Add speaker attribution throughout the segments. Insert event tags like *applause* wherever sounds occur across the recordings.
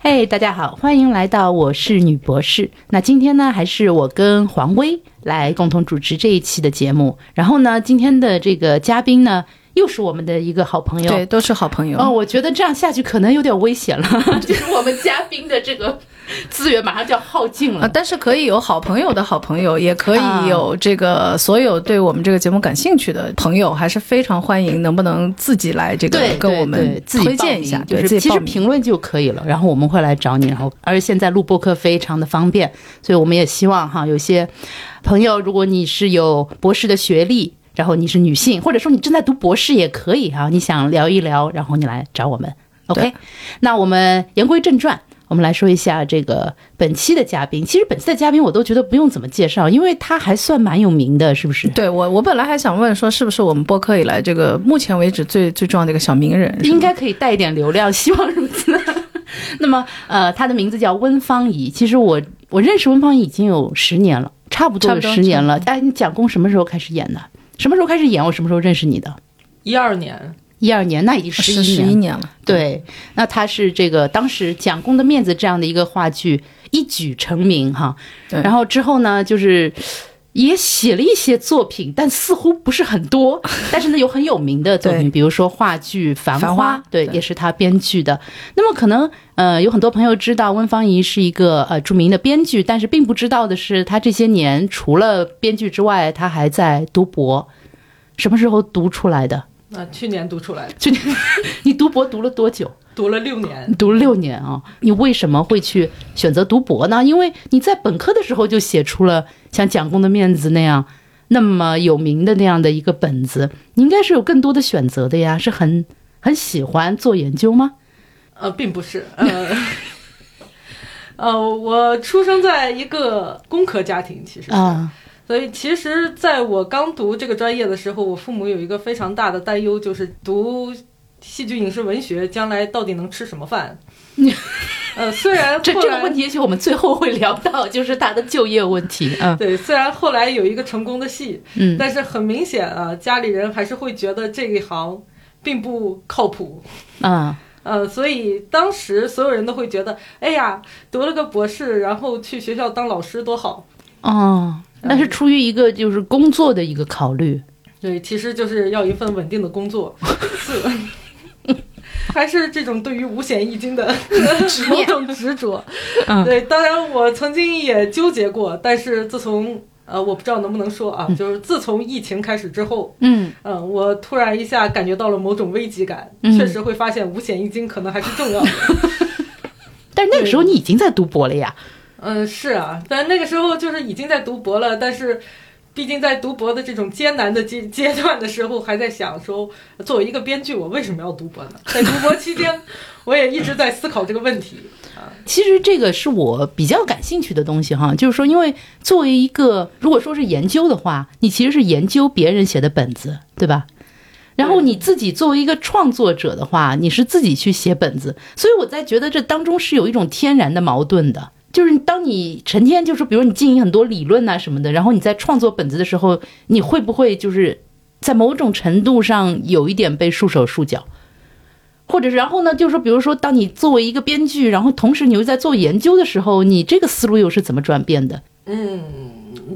Speaker 1: 嘿、大家好，欢迎来到我是女博士。那今天呢，还是我跟黄威来共同主持这一期的节目。然后呢，今天的这个嘉宾呢，又是我们的一个好朋友。
Speaker 2: 对，都是好朋友。
Speaker 1: 哦，我觉得这样下去可能有点危险了， *laughs* 就是我们嘉宾的这个 *laughs* 资源马上就要耗尽
Speaker 2: 啊，
Speaker 1: 了。啊
Speaker 2: 但是可以有好朋友的好朋友，也可以有这个所有对我们这个节目感兴趣的朋友，还是非常欢迎。能不能自己来这个
Speaker 1: 对，
Speaker 2: 跟
Speaker 1: 对
Speaker 2: 我
Speaker 1: 对
Speaker 2: 们
Speaker 1: 自己
Speaker 2: 推
Speaker 1: 报
Speaker 2: 荐一
Speaker 1: 名
Speaker 2: 下？
Speaker 1: 就
Speaker 2: 对，
Speaker 1: 是
Speaker 2: 自己
Speaker 1: 其
Speaker 2: 报
Speaker 1: 实
Speaker 2: 名
Speaker 1: 评论就可以了，然后我们会来找你，然后而现在录播客非常的方便，所以我们也希望哈，有些朋友，如果你是有博士的学历，然后你是女性，或者说你正在读博士也可以哈，你想聊一聊，然后你来找我们，OK？那我们言归正传。我们来说一下这个本期的嘉宾。其实本期的嘉宾我都觉得不用怎么介绍，因为他还算蛮有名的，是不是？
Speaker 2: 对我，我本来还想问说，是不是我们播客以来这个目前为止最最重要的一个小名人？
Speaker 1: 应该可以带一点流量，希望如此。 *laughs* 那么，呃，她的名字叫温芳怡。其实我我认识温芳怡已经有十年了，差不多
Speaker 2: 差
Speaker 1: 有
Speaker 2: 不多
Speaker 1: 十年了。哎，你蒋工什么时候开始演的？什么时候开始演？我什么时候认识你的？
Speaker 3: 一二年，
Speaker 1: 一二年，那已经十
Speaker 2: 是哦
Speaker 1: 一
Speaker 2: 十
Speaker 1: 年
Speaker 2: 一
Speaker 1: 了。
Speaker 2: 年了，
Speaker 1: 对，那她是这个当时《蒋公的面子》这样的一个话剧一举成名哈。
Speaker 2: 对
Speaker 1: 然后之后呢，就是也写了一些作品，但似乎不是很多。
Speaker 2: *laughs*
Speaker 1: 但是呢，有很有名的作品，
Speaker 2: 对
Speaker 1: 比如说话剧《繁花》
Speaker 2: 繁花
Speaker 1: 对，
Speaker 2: 对
Speaker 1: 也是她编剧的。那么可能呃，有很多朋友知道温芳怡是一个呃著名的编剧，但是并不知道的是，她这些年除了编剧之外，她还在读博。什么时候读出来的？
Speaker 3: 那、呃去年读出来的，
Speaker 1: 你读博读了多久？
Speaker 3: 读了六年。
Speaker 1: 读了六年啊，你为什么会去选择读博呢？因为你在本科的时候就写出了像《蒋公的面子》那样那么有名的那样的一个本子，你应该是有更多的选择的呀，是很很喜欢做研究吗？
Speaker 3: 呃，并不是，呃，呃，我出生在一个工科家庭，其实是，
Speaker 1: 啊，
Speaker 3: 所以其实在我刚读这个专业的时候，我父母有一个非常大的担忧，就是读戏剧影视文学将来到底能吃什
Speaker 1: *laughs*
Speaker 3: 么饭。呃，虽然
Speaker 1: 这
Speaker 3: 后
Speaker 1: 这个
Speaker 3: 来
Speaker 1: 问题也许我们最后会聊到，就是他的就业问题啊，
Speaker 3: 对，虽然后来有一个成功的戏，
Speaker 1: 嗯
Speaker 3: 但是很明显啊，家里人还是会觉得这一行并不靠谱。
Speaker 1: 啊，
Speaker 3: 呃，所以当时所有人都会觉得，哎呀，读了个博士，然后去学校当老师多好。
Speaker 1: 哦，那是出于一个就是工作的一个考虑，
Speaker 3: 对，其实就是要一份稳定的工作，是还是这种对于五险一金的某种执着。
Speaker 1: 嗯
Speaker 3: *laughs* 对，当然我曾经也纠结过，但是自从呃，我不知道能不能说啊，就是自从疫情开始之后，
Speaker 1: 嗯
Speaker 3: 嗯、我突然一下感觉到了某种危机感，
Speaker 1: 嗯
Speaker 3: 确实会发现五险一金可能还是重要的。
Speaker 1: 但是那个时候你已经在读博了呀，
Speaker 3: 嗯，是啊，但那个时候就是已经在读博了，但是毕竟在读博的这种艰难的阶阶段的时候，还在想说，作为一个编剧，我为什么要读博呢？在读博期间，我也一直在思考这个问题。
Speaker 1: 其实这个是我比较感兴趣的东西哈，就是说，因为作为一个如果说是研究的话，你其实是研究别人写的本子，对吧？然后你自己作为一个创作者的话，你是自己去写本子，所以我在觉得这当中是有一种天然的矛盾的，就是当你成天就是比如你进行很多理论啊什么的，然后你在创作本子的时候，你会不会就是在某种程度上有一点被束手束脚？或者是然后呢，就是说，比如说，当你作为一个编剧，然后同时你又在做研究的时候，你这个思路又是怎么转变的？
Speaker 3: 嗯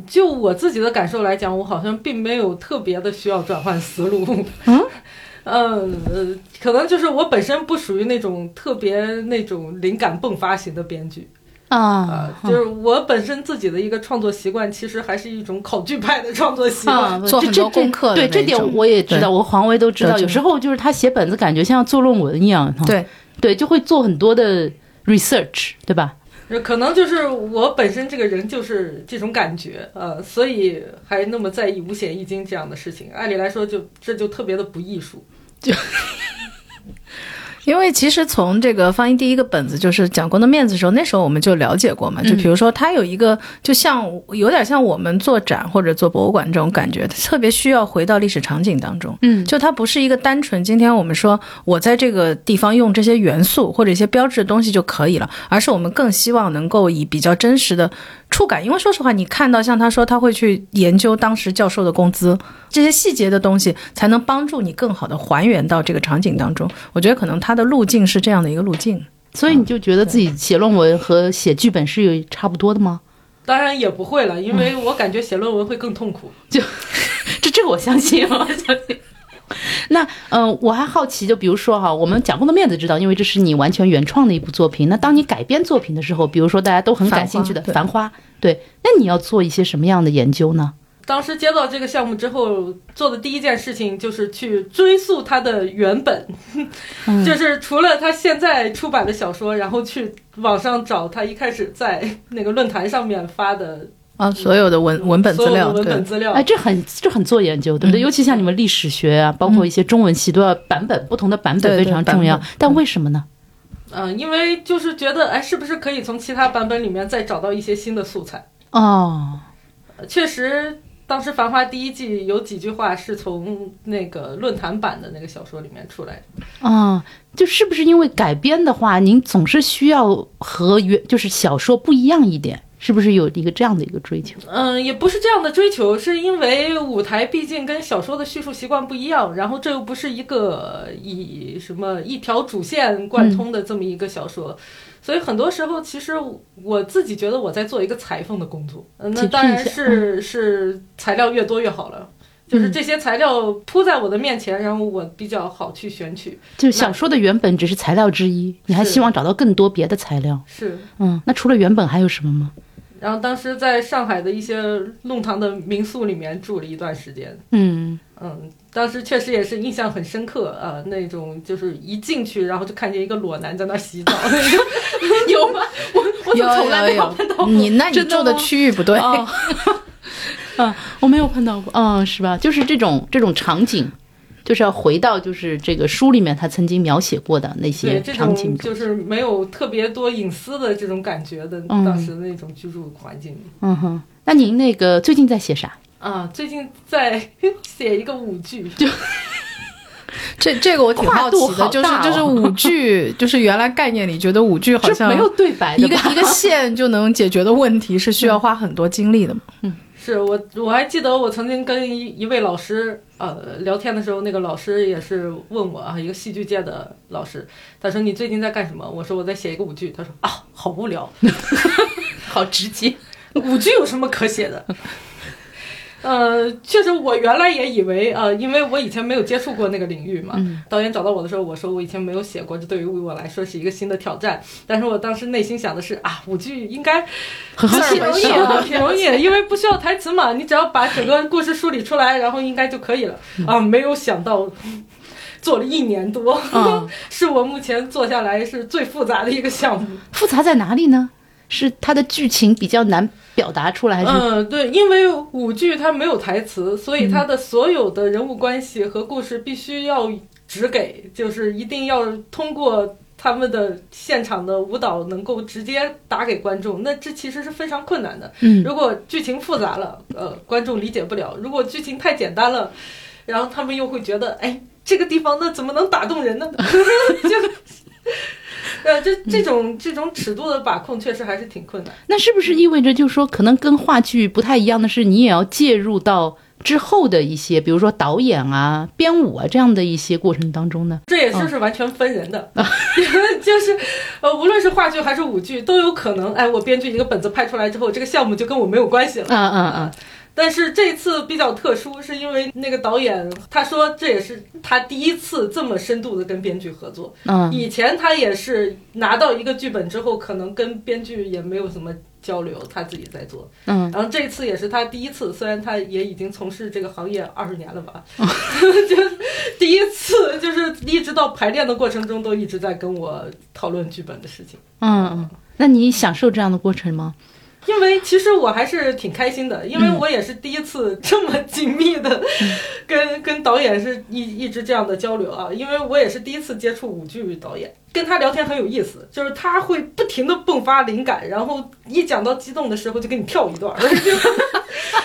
Speaker 3: 就我自己的感受来讲，我好像并没有特别的需要转换思路。
Speaker 1: 嗯。
Speaker 3: 嗯 *laughs* 呃，可能就是我本身不属于那种特别那种灵感迸发型的编剧啊、
Speaker 1: 啊，
Speaker 3: 就是我本身自己的一个创作习惯，其实还是一种考据派的创作习惯。
Speaker 1: 啊，
Speaker 2: 做
Speaker 1: 这
Speaker 2: 很
Speaker 1: 这
Speaker 2: 多功课的
Speaker 1: 对
Speaker 2: 那
Speaker 1: 这点
Speaker 2: 种
Speaker 1: 我也知道，
Speaker 2: 对
Speaker 1: 我黄威都知道。
Speaker 2: 对
Speaker 1: 有时候就是他写本子，感觉像做论文一样，哈
Speaker 2: 对
Speaker 1: 对，就会做很多的 research，对吧？
Speaker 3: 可能就是我本身这个人就是这种感觉，呃，所以还那么在意五险一金这样的事情。按理来说就，这就特别的不艺术。
Speaker 2: 因为其实从这个方一第一个本子就是讲公的面子的时候，那时候我们就了解过嘛。就比如说，它有一个就像有点像我们做展或者做博物馆这种感觉，特别需要回到历史场景当中。
Speaker 1: 嗯
Speaker 2: 就它不是一个单纯今天我们说我在这个地方用这些元素或者一些标志的东西就可以了，而是我们更希望能够以比较真实的触感。因为说实话，你看到像他说他会去研究当时教授的工资这些细节的东西，才能帮助你更好的还原到这个场景当中。我觉得可能它的路径是这样的一个路径。
Speaker 1: 所以你就觉
Speaker 2: 嗯
Speaker 1: 得自己写论文和写剧本是有差不多的吗？
Speaker 3: 当然也不会了，因为我感觉写论文会更痛苦。
Speaker 1: 这这个我相信，我相信。那嗯、呃我还好奇，就比如说哈，我们讲过的面子知道，因为这是你完全原创的一部作品。那当你改编作品的时候，比如说大家都很感兴趣的《
Speaker 2: 繁花对
Speaker 1: 繁花》，对，那你要做一些什么样的研究呢？
Speaker 3: 当时接到这个项目之后，做的第一件事情就是去追溯它的原本，
Speaker 2: 嗯
Speaker 3: 就是除了他现在出版的小说，然后去网上找他一开始在那个论坛上面发的
Speaker 2: 啊，所有的文文本资
Speaker 3: 所有
Speaker 2: 料，
Speaker 3: 的文本
Speaker 2: 对，
Speaker 3: 资料
Speaker 1: 哎，。这很这很做研究，对不对？尤其像你们历史学啊，包括一些中文系，都要版本不同的版本
Speaker 2: 对对
Speaker 1: 非常重要
Speaker 2: 版。
Speaker 1: 但为什么呢？
Speaker 3: 嗯，因为就是觉得，哎，是不是可以从其他版本里面再找到一些新的素材？
Speaker 1: 哦，
Speaker 3: 呃确实，当时《繁花》第一季有几句话是从那个论坛版的那个小说里面出来的。
Speaker 1: 啊、就是不是因为改编的话，您总是需要和原就是小说不一样一点，是不是有一个这样的一个追求？
Speaker 3: 嗯，也不是这样的追求，是因为舞台毕竟跟小说的叙述习惯不一样，然后这又不是一个以什么一条主线贯
Speaker 1: 嗯
Speaker 3: 通的这么一个小说，所以很多时候其实我自己觉得我在做一个裁缝的工作，嗯，那
Speaker 1: 解
Speaker 3: 当
Speaker 1: 释一
Speaker 3: 然
Speaker 1: 下嗯
Speaker 3: 是是材料越多越好了。就是这些材料铺在我的面前，然后我比较好去选取。
Speaker 1: 就是小说的原本只是材料之一，你还
Speaker 3: 是
Speaker 1: 希望找到更多别的材料。
Speaker 3: 是，
Speaker 1: 嗯，那除了原本还有什么吗？
Speaker 3: 然后当时在上海的一些弄堂的民宿里面住了一段时间，
Speaker 1: 嗯，
Speaker 3: 嗯，当时确实也是印象很深刻啊、呃那种就是一进去，然后就看见一个裸男在那儿洗
Speaker 1: *laughs*
Speaker 3: 澡，有吗？我我怎么从来没
Speaker 2: 有
Speaker 3: 看到
Speaker 2: 有有，
Speaker 1: *laughs*
Speaker 2: 你那你
Speaker 1: 真的
Speaker 2: 住的
Speaker 1: 吗
Speaker 2: 区域不对， *laughs*
Speaker 1: 哦，嗯，我没有碰到过，嗯，是吧？就是这种这种场景，就是要回到就是这个书里面他曾经描写过的那些
Speaker 3: 对这
Speaker 1: 场景
Speaker 3: 种。就是没有特别多隐私的这种感觉的，
Speaker 1: 嗯
Speaker 3: 当时的那种居住环境里
Speaker 1: 嗯哼，那您那个最近在写啥？
Speaker 3: 啊。最近在写一个舞
Speaker 1: *laughs*
Speaker 3: 剧，
Speaker 2: 这这个我挺好奇
Speaker 1: 跨度好
Speaker 2: 的，就是
Speaker 1: 大哦
Speaker 2: 就是舞剧，就是原来概念里觉得舞剧好
Speaker 1: 这
Speaker 2: 像
Speaker 1: 没有对白的
Speaker 2: 一个
Speaker 1: 吧
Speaker 2: 一个
Speaker 1: *laughs*
Speaker 2: 线就能解决的问题，是需要花很多精力的嘛。
Speaker 3: 是我我还记得我曾经跟一一位老师呃聊天的时候，那个老师也是问我啊，一个戏剧界的老师，他说你最近在干什么？我说我在写一个舞剧，他说啊，好无聊。
Speaker 1: 好直接。
Speaker 3: *laughs* 五 G 有什么可写的？ *laughs* 呃，确实，我原来也以为，呃，因为我以前没有接触过那个领域嘛。
Speaker 1: 嗯
Speaker 3: 导演找到我的时候，我说我以前没有写过，这对于我来说是一个新的挑战。但是我当时内心想的是啊，五 G 应该
Speaker 1: 很好
Speaker 3: 挺
Speaker 1: 写
Speaker 2: 字儿
Speaker 3: 容
Speaker 2: 没
Speaker 3: 易
Speaker 2: 事
Speaker 1: 的，
Speaker 3: 的，挺容易的，因为不需要台词嘛，你只要把整个故事梳理出来，然后应该就可以了。啊，没有想到。做了一年多，
Speaker 1: 嗯
Speaker 3: *laughs* 是我目前做下来是最复杂的一个项目。
Speaker 1: 复杂在哪里呢？是它的剧情比较难表达出来，还是？
Speaker 3: 嗯，对，因为舞剧它没有台词，所以它
Speaker 1: 嗯
Speaker 3: 的所有的人物关系和故事必须要直给，就是一定要通过他们的现场的舞蹈能够直接打给观众。那这其实是非常困难的。
Speaker 1: 嗯
Speaker 3: 如果剧情复杂了，呃，观众理解不了；如果剧情太简单了，然后他们又会觉得，哎，这个地方那怎么能打动人呢？ *laughs* 就。呃，这这种这种尺度的把控确实还是挺困难。
Speaker 1: 那是不是意味着就是说，可能跟话剧不太一样的是，你也要介入到之后的一些，比如说导演啊、编舞啊这样的一些过程当中呢？
Speaker 3: 这也就是完全分人的， *laughs* 就是呃，无论是话剧还是舞剧，都有可能。哎，我编剧一个本子拍出来之后，这个项目就跟我没有关系了。
Speaker 2: 嗯
Speaker 1: 啊
Speaker 2: *laughs*
Speaker 1: 啊啊！
Speaker 3: 但是这次比较特殊，是因为那个导演他说这也是他第一次这么深度的跟编剧合作。
Speaker 1: 嗯，
Speaker 3: 以前他也是拿到一个剧本之后，可能跟编剧也没有什么交流，他自己在做。
Speaker 1: 嗯，
Speaker 3: 然后这次也是他第一次，虽然他也已经从事这个行业二十年
Speaker 1: *laughs*
Speaker 3: 了吧，就第一次就是一直到排练的过程中都一直在跟我讨论剧本的事情。
Speaker 1: 嗯嗯，那你享受这样的过程吗？
Speaker 3: 因为其实我还是挺开心的，因为我也是第一次这么紧密的 *laughs* 跟、跟导演是一一直这样的交流啊，因为我也是第一次接触舞剧导演，跟他聊天很有意思，就是他会不停的迸发灵感，然后一讲到激动的时候就给你跳一段儿， *laughs*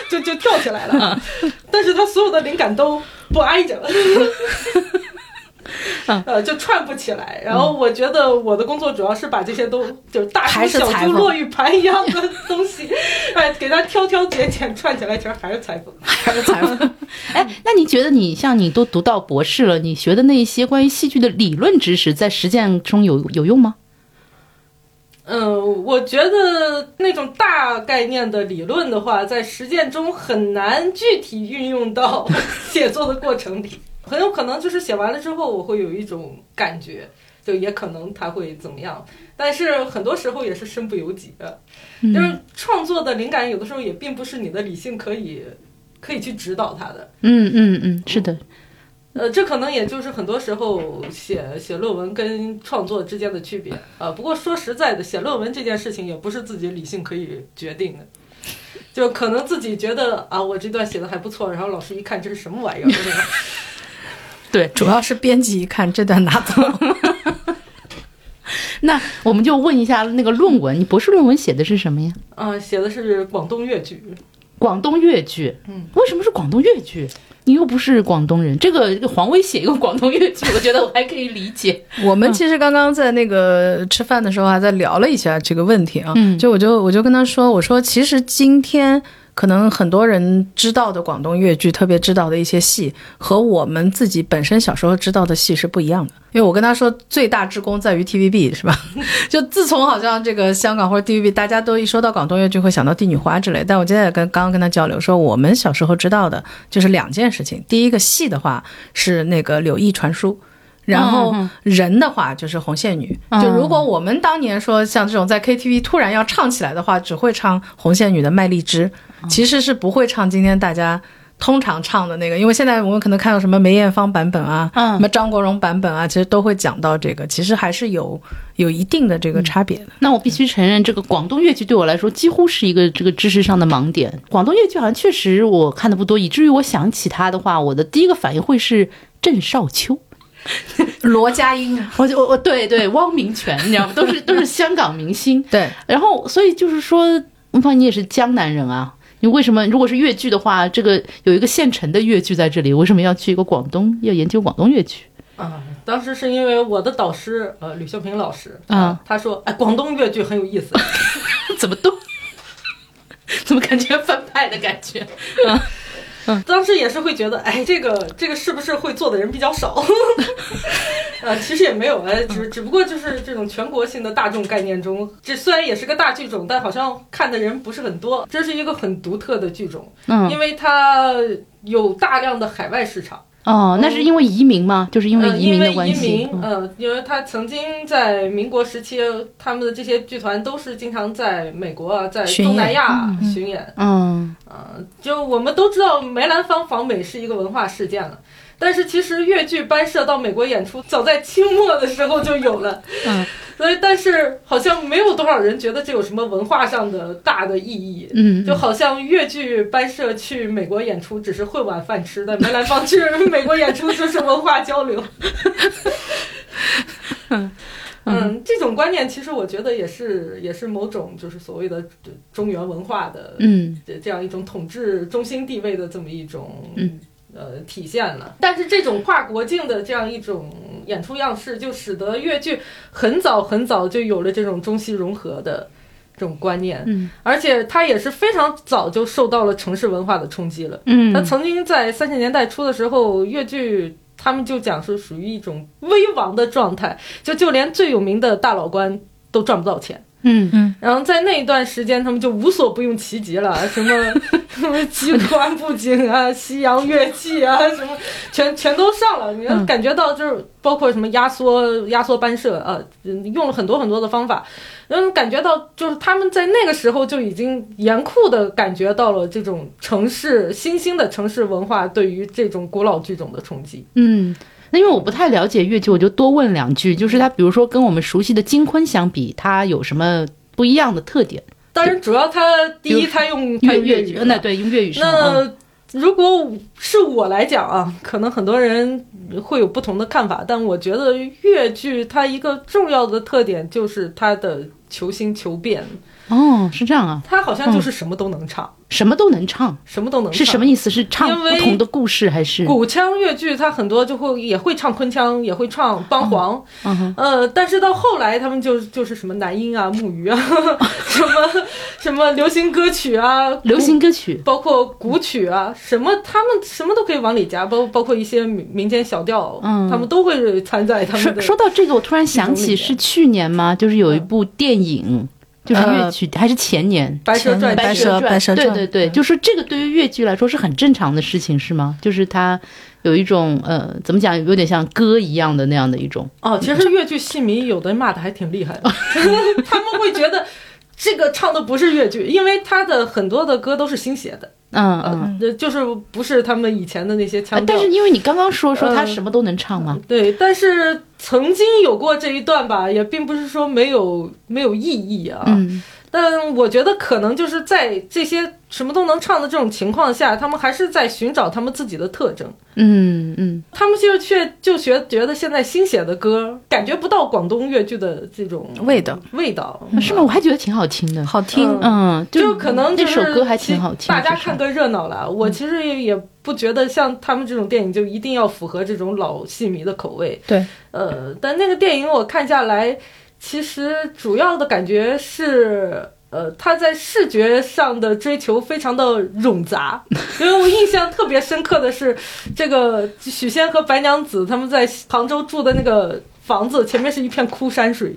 Speaker 3: 就就就跳起来了，
Speaker 2: 嗯
Speaker 3: *laughs* 但是他所有的灵感都不挨
Speaker 2: *laughs*
Speaker 3: 着。
Speaker 2: 嗯
Speaker 3: 呃，就串不起来。然后我觉得我的工作主要是把这些都就是大珠
Speaker 2: 还是
Speaker 3: 小
Speaker 2: 裁
Speaker 3: 珠
Speaker 2: 缝
Speaker 3: 落玉盘一样的东西， *laughs* 哎，给它挑挑拣拣串起来，其实还是裁缝。
Speaker 2: 还是采访
Speaker 1: 哎，那你觉得你像你都读到博士了，你学的那一些关于戏剧的理论知识，在实践中有有用吗？
Speaker 3: 嗯，我觉得那种大概念的理论的话，在实践中很难具体运用到 *laughs* 写作的过程里，很有可能就是写完了之后，我会有一种感觉，就也可能它会怎么样，但是很多时候也是身不由己的，就是创作的灵感有的时候也并不是你的理性可以可以去指导它的，
Speaker 1: 嗯嗯嗯，是的，
Speaker 3: 呃，这可能也就是很多时候写写论文跟创作之间的区别啊、呃。不过说实在的，写论文这件事情也不是自己理性可以决定的，就可能自己觉得啊，我这段写的还不错，然后老师一看这是什么玩意儿， *laughs* 就是
Speaker 2: 主要是编辑一看这段拿走，
Speaker 1: 那我们就问一下那个论文，你博士论文写的是什么呀？
Speaker 3: 啊，写的是广东越剧，
Speaker 1: 广东越剧，
Speaker 3: 嗯，
Speaker 1: 为什么是广东越剧？你又不是广东人，这个黄威写一个广东越剧， *laughs* 我觉得我还可以理解。
Speaker 2: *laughs* 我们其实刚刚在那个吃饭的时候还在聊了一下这个问题啊，
Speaker 1: 嗯
Speaker 2: 就我就我就跟他说，我说其实今天可能很多人知道的广东粤剧，特别知道的一些戏，和我们自己本身小时候知道的戏是不一样的。因为我跟他说，最大之功在于 TVB 是吧？ *laughs* 就自从好像这个香港或者 TVB，大家都一说到广东粤剧会想到帝女花之类。但我今天也跟刚刚跟他交流说，我们小时候知道的就是两件事情，第一个戏的话是那个柳毅传书。然后
Speaker 1: 嗯
Speaker 2: 人的话就是红线女，
Speaker 1: 嗯
Speaker 2: 就如果我们当年说像这种在 KTV 突然要唱起来的话，只会唱红线女的麦丽芝，
Speaker 1: 嗯
Speaker 2: 其实是不会唱今天大家通常唱的那个，因为现在我们可能看到什么梅艳芳版本啊，
Speaker 1: 嗯
Speaker 2: 什么张国荣版本啊，其实都会讲到这个，其实还是有有一定的
Speaker 1: 嗯
Speaker 2: 这个差别的。
Speaker 1: 那我必须承认，这个广东越剧对我来说几乎是一个这个知识上的盲点。广东越剧好像确实我看的不多，以至于我想起他的话，我的第一个反应会是郑少秋。
Speaker 2: 罗家英啊，
Speaker 1: 我就我我对对汪明荃，你知道吗？都是都是香港明星。
Speaker 2: 对，
Speaker 1: 然后所以就是说，吴芳你也是江南人啊，你为什么如果是越剧的话，这个有一个现成的越剧在这里，为什么要去一个广东要研究广东越剧？
Speaker 3: 啊，当时是因为我的导师，呃，吕秀平老师，
Speaker 1: 啊
Speaker 3: 他说，哎，广东越剧很有意思，
Speaker 1: *laughs* 怎么动？ *laughs* 怎么感觉翻派的感觉？
Speaker 3: 当时也是会觉得，哎，这个这个是不是会做的人比较少？ *laughs* 呃，其实也没有，哎，只只不过就是这种全国性的大众概念中，这虽然也是个大剧种，但好像看的人不是很多。这是一个很独特的剧种，
Speaker 1: 嗯，
Speaker 3: 因为它有大量的海外市场，
Speaker 1: 哦，那是因为移民吗？就是因为
Speaker 3: 呃
Speaker 1: 移
Speaker 3: 因
Speaker 1: 民
Speaker 3: 为
Speaker 1: 的
Speaker 3: 移
Speaker 1: 关系嗯
Speaker 3: 民。，呃，因为它曾经在民国时期，他们的这些剧团都是经常在美国啊，在
Speaker 2: 巡
Speaker 3: 东南
Speaker 2: 演
Speaker 3: 亚
Speaker 2: 嗯
Speaker 3: 巡演。
Speaker 1: 嗯
Speaker 3: 呃，就我们都知道梅兰芳访美是一个文化事件了，但是其实越剧搬摄到美国演出，早在清末的时候就有了，
Speaker 1: 嗯，
Speaker 3: 所以但是好像没有多少人觉得这有什么文化上的大的意义。
Speaker 1: 嗯，
Speaker 3: 就好像越剧搬摄去美国演出只是混碗饭吃，但梅兰芳去美国演出就是文化
Speaker 1: *laughs*
Speaker 3: 交流。 *laughs* 嗯，这种观念其实我觉得也是也是某种就是所谓的中原文化的
Speaker 1: 嗯。
Speaker 3: 这这样一种统治中心地位的这么一种、
Speaker 1: 嗯
Speaker 3: 呃体现了。但是这种跨国境的这样一种演出样式，就使得越剧很早很早就有了这种中西融合的。这种观念，
Speaker 1: 嗯，
Speaker 3: 而且它也是非常早就受到了城市文化的冲击了。
Speaker 1: 嗯，
Speaker 3: 它曾经在三十年代初的时候，越剧他们就讲是属于一种危亡的状态，就就连最有名的大老官都赚不到钱。
Speaker 1: 嗯
Speaker 3: 然后在那一段时间，他们就无所不用其极了，什么什么机关布景啊、西洋乐器啊，什么全全都上了。你能感觉到就是包括什么压缩、压缩班社啊，嗯用了很多很多的方法，嗯，感觉到就是他们在那个时候就已经严酷的感觉到了这种城市新兴的城市文化对于这种古老剧种的冲击。
Speaker 1: 嗯，那因为我不太了解越剧，我就多问两句，就是它比如说跟我们熟悉的京昆相比，它有什么不一样的特点？
Speaker 3: 当然，主要他第
Speaker 1: 比
Speaker 3: 一，
Speaker 1: 如
Speaker 3: 他用他
Speaker 1: 粤
Speaker 3: 用粤
Speaker 1: 粤
Speaker 3: 语
Speaker 1: 语，呃
Speaker 3: 了，
Speaker 1: 那对，用粤语上，嗯
Speaker 3: 那如果是我来讲啊，可能很多人会有不同的看法，但我觉得越剧它一个重要的特点就是它的求新求变，
Speaker 1: 哦，是这样啊，
Speaker 3: 他好像就是什么都能唱，
Speaker 1: 什么都能唱，
Speaker 3: 什么都能
Speaker 1: 嗯
Speaker 3: 唱。
Speaker 1: 是什么意思？是唱
Speaker 3: 因为
Speaker 1: 不同的故事还是？
Speaker 3: 古腔越剧，他很多就会也会唱昆腔，也会唱梆黄，
Speaker 1: 嗯哼
Speaker 3: 呃，但是到后来他们就就是什么南音啊、木鱼啊， *laughs* 什么什么流行歌曲啊，
Speaker 1: 流行歌曲
Speaker 3: 包括古曲啊，什么他们什么都可以往里加，包包括一些民民间小调，
Speaker 1: 嗯
Speaker 3: 他们都会参在他们
Speaker 1: 说
Speaker 3: 的。
Speaker 1: 说到这个，我突然想
Speaker 3: 一种
Speaker 1: 起
Speaker 3: 里
Speaker 1: 是去年吗？就是有一
Speaker 3: 嗯
Speaker 1: 部电影，就是
Speaker 2: 呃
Speaker 1: 乐曲，还是前年？
Speaker 3: 白蛇传
Speaker 2: 白
Speaker 3: 其实
Speaker 2: 蛇白蛇
Speaker 1: 对
Speaker 2: 传
Speaker 1: 对对，就是这个对于越剧来说是很正常的事情，是吗？就是它有一种呃，怎么讲，有点像歌一样的那样的一种。
Speaker 3: 哦，其实越剧戏迷有的骂的还挺厉害的， *laughs* 他们会觉得这个唱的不是越剧，因为他的很多的歌都是新写的，
Speaker 1: 嗯嗯。
Speaker 3: 呃，就是不是他们以前的那些
Speaker 1: 呃
Speaker 3: 腔调。
Speaker 1: 但是因为你刚刚说说他
Speaker 3: 呃
Speaker 1: 什么都能唱嘛，
Speaker 3: 对，但是曾经有过这一段吧，也并不是说没有没有意义啊。
Speaker 1: 嗯，
Speaker 3: 但我觉得可能就是在这些什么都能唱的这种情况下，他们还是在寻找他们自己的特征。
Speaker 1: 嗯嗯，
Speaker 3: 他们就却就觉觉得现在新写的歌感觉不到广东越剧的这种
Speaker 2: 味道
Speaker 3: 味道，
Speaker 1: 是吗？我还觉得挺好听的，
Speaker 2: 好听。
Speaker 3: 嗯
Speaker 1: 嗯，
Speaker 3: 就可能
Speaker 1: 那
Speaker 3: 就是
Speaker 1: 首歌还挺好听，
Speaker 3: 大家
Speaker 1: 至少
Speaker 3: 看个热闹啦。
Speaker 1: 嗯
Speaker 3: 我其实也不觉得像他们这种电影就一定要符合这种老戏迷的口味。
Speaker 2: 对，
Speaker 3: 呃，但那个电影我看下来，其实主要的感觉是。呃，他在视觉上的追求非常的冗
Speaker 1: *laughs*
Speaker 3: 杂，因为我印象特别深刻的是，这个许仙和白娘子他们在杭州住的那个房子前面是一片枯山水，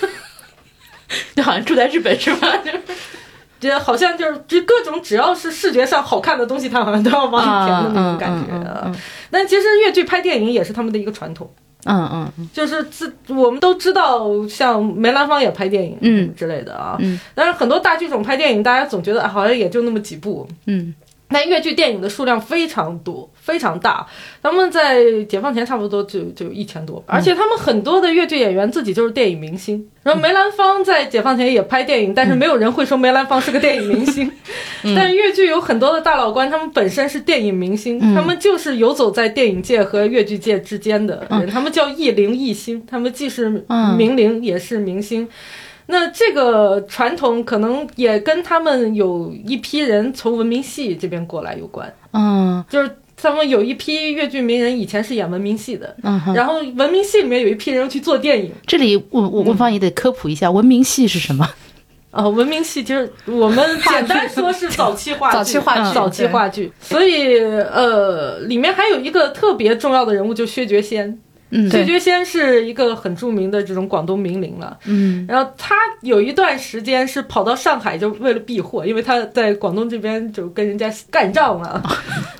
Speaker 3: *laughs*
Speaker 1: 就好像住在日本是吧？
Speaker 3: 这好像就是这各种只要是视觉上好看的东西，他好像都要往里填的那种感觉。
Speaker 1: 嗯
Speaker 3: 但其实越剧拍电影也是他们的一个传统，
Speaker 1: 嗯嗯嗯
Speaker 3: 就是自我们都知道，像梅兰芳也拍电影，
Speaker 1: 嗯
Speaker 3: 之类的啊。
Speaker 1: 嗯
Speaker 3: 但是很多大剧种拍电影，大家总觉得、啊、好像也就那么几部，
Speaker 1: *laughs* 嗯
Speaker 3: 但越剧电影的数量非常多，非常大。他们在解放前差不多就就一千多
Speaker 1: 嗯
Speaker 3: 吧，而且他们很多的越剧演员自己就是电影明星。然后梅兰芳在解放前也拍电影，但是没有人会说梅兰芳是个电影明星。
Speaker 1: 嗯
Speaker 3: *laughs* 但越剧有很多的大老倌，他们本身是电影明星，
Speaker 1: 嗯
Speaker 3: 他们就是游走在电影界和越剧界之间的
Speaker 1: 嗯
Speaker 3: 人，他们叫艺伶艺星，他们既是
Speaker 1: 嗯
Speaker 3: 名伶也是明星。那这个传统可能也跟他们有一批人从文明戏这边过来有关，
Speaker 1: 嗯
Speaker 3: 就是他们有一批越剧名人以前是演文明戏的，
Speaker 1: 嗯哼。
Speaker 3: 然后文明戏里面有一批人去做电影
Speaker 1: 这里我我文芳也得科普一下，文明戏是什么？
Speaker 3: 啊、文明戏就是我们简单说是 *laughs* 早期话剧，
Speaker 2: 早期话
Speaker 1: 剧
Speaker 3: 嗯早期话剧。所以呃，里面还有一个特别重要的人物，就薛觉先。
Speaker 1: 嗯，
Speaker 3: 薛
Speaker 2: 对
Speaker 3: 觉先是一个很著名的这种广东名伶了。
Speaker 1: 嗯
Speaker 3: 然后他有一段时间是跑到上海，就为了避祸，因为他在广东这边就跟人家干仗了。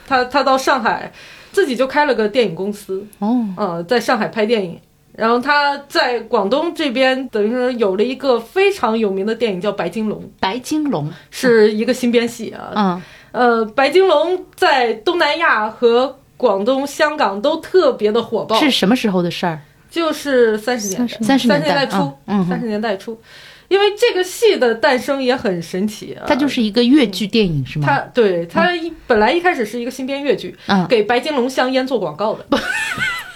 Speaker 3: 他他到上海，自己就开了个电影公司，
Speaker 1: 哦，
Speaker 3: 呃，在上海拍电影。然后他在广东这边，等于说有了一个非常有名的电影叫《白金龙》，
Speaker 1: 白金龙，
Speaker 3: 是一个新编戏啊。
Speaker 1: 嗯
Speaker 3: 呃，《白金龙》在东南亚和广东、香港都特别的火爆，
Speaker 1: 是什么时候的事儿？
Speaker 3: 就是三十年代，
Speaker 1: 三十
Speaker 3: 30
Speaker 1: 年代
Speaker 3: 代初，
Speaker 1: 嗯
Speaker 3: 三
Speaker 1: 嗯，
Speaker 3: 十年代初，因为这个戏的诞生也很神奇、啊。
Speaker 1: 它就是一个越剧电影是吗？
Speaker 3: 它，对它一、本来一开始是一个新编越剧，
Speaker 1: 嗯，
Speaker 3: 给白金龙香烟做广告的。
Speaker 1: *laughs*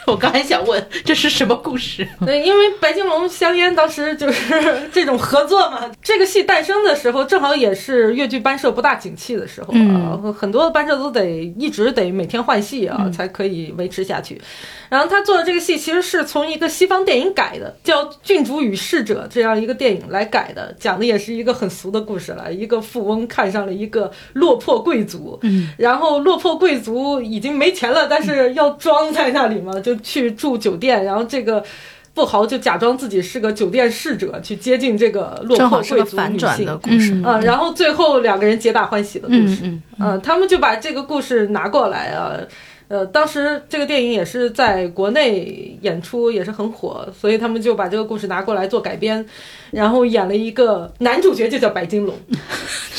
Speaker 1: 我刚才想问这是什么故事？
Speaker 3: 对，因为白金龙香烟当时就是 *laughs* 这种合作嘛。这个戏诞生的时候，正好也是越剧班社不大景气的时候啊，
Speaker 1: 嗯
Speaker 3: 很多班社都得一直得每天换戏啊，才可以维持下去。然后他做的这个戏其实是从一个西方电影改的，叫《郡主与侍者》这样一个电影来改的，讲的也是一个很俗的故事了，一个富翁看上了一个落魄贵族，
Speaker 1: 嗯，
Speaker 3: 然后落魄贵族已经没钱了，但是要装在那里嘛，就去住酒店，然后这个。富豪就假装自己是个酒店侍者，去接近这个落
Speaker 2: 正
Speaker 3: 魄
Speaker 2: 好是
Speaker 3: 贵
Speaker 2: 个
Speaker 3: 族
Speaker 2: 反
Speaker 3: 女
Speaker 2: 转
Speaker 3: 性
Speaker 2: 的。故事，
Speaker 1: 嗯
Speaker 3: 嗯，然后最后两个人皆大欢喜的故
Speaker 1: 嗯
Speaker 3: 事。
Speaker 1: 嗯
Speaker 3: 嗯，他们就把这个故事拿过来啊。呃，当时这个电影也是在国内演出，也是很火，所以他们就把这个故事拿过来做改编，然后演了一个男主角就叫白
Speaker 2: *laughs*
Speaker 3: 金龙，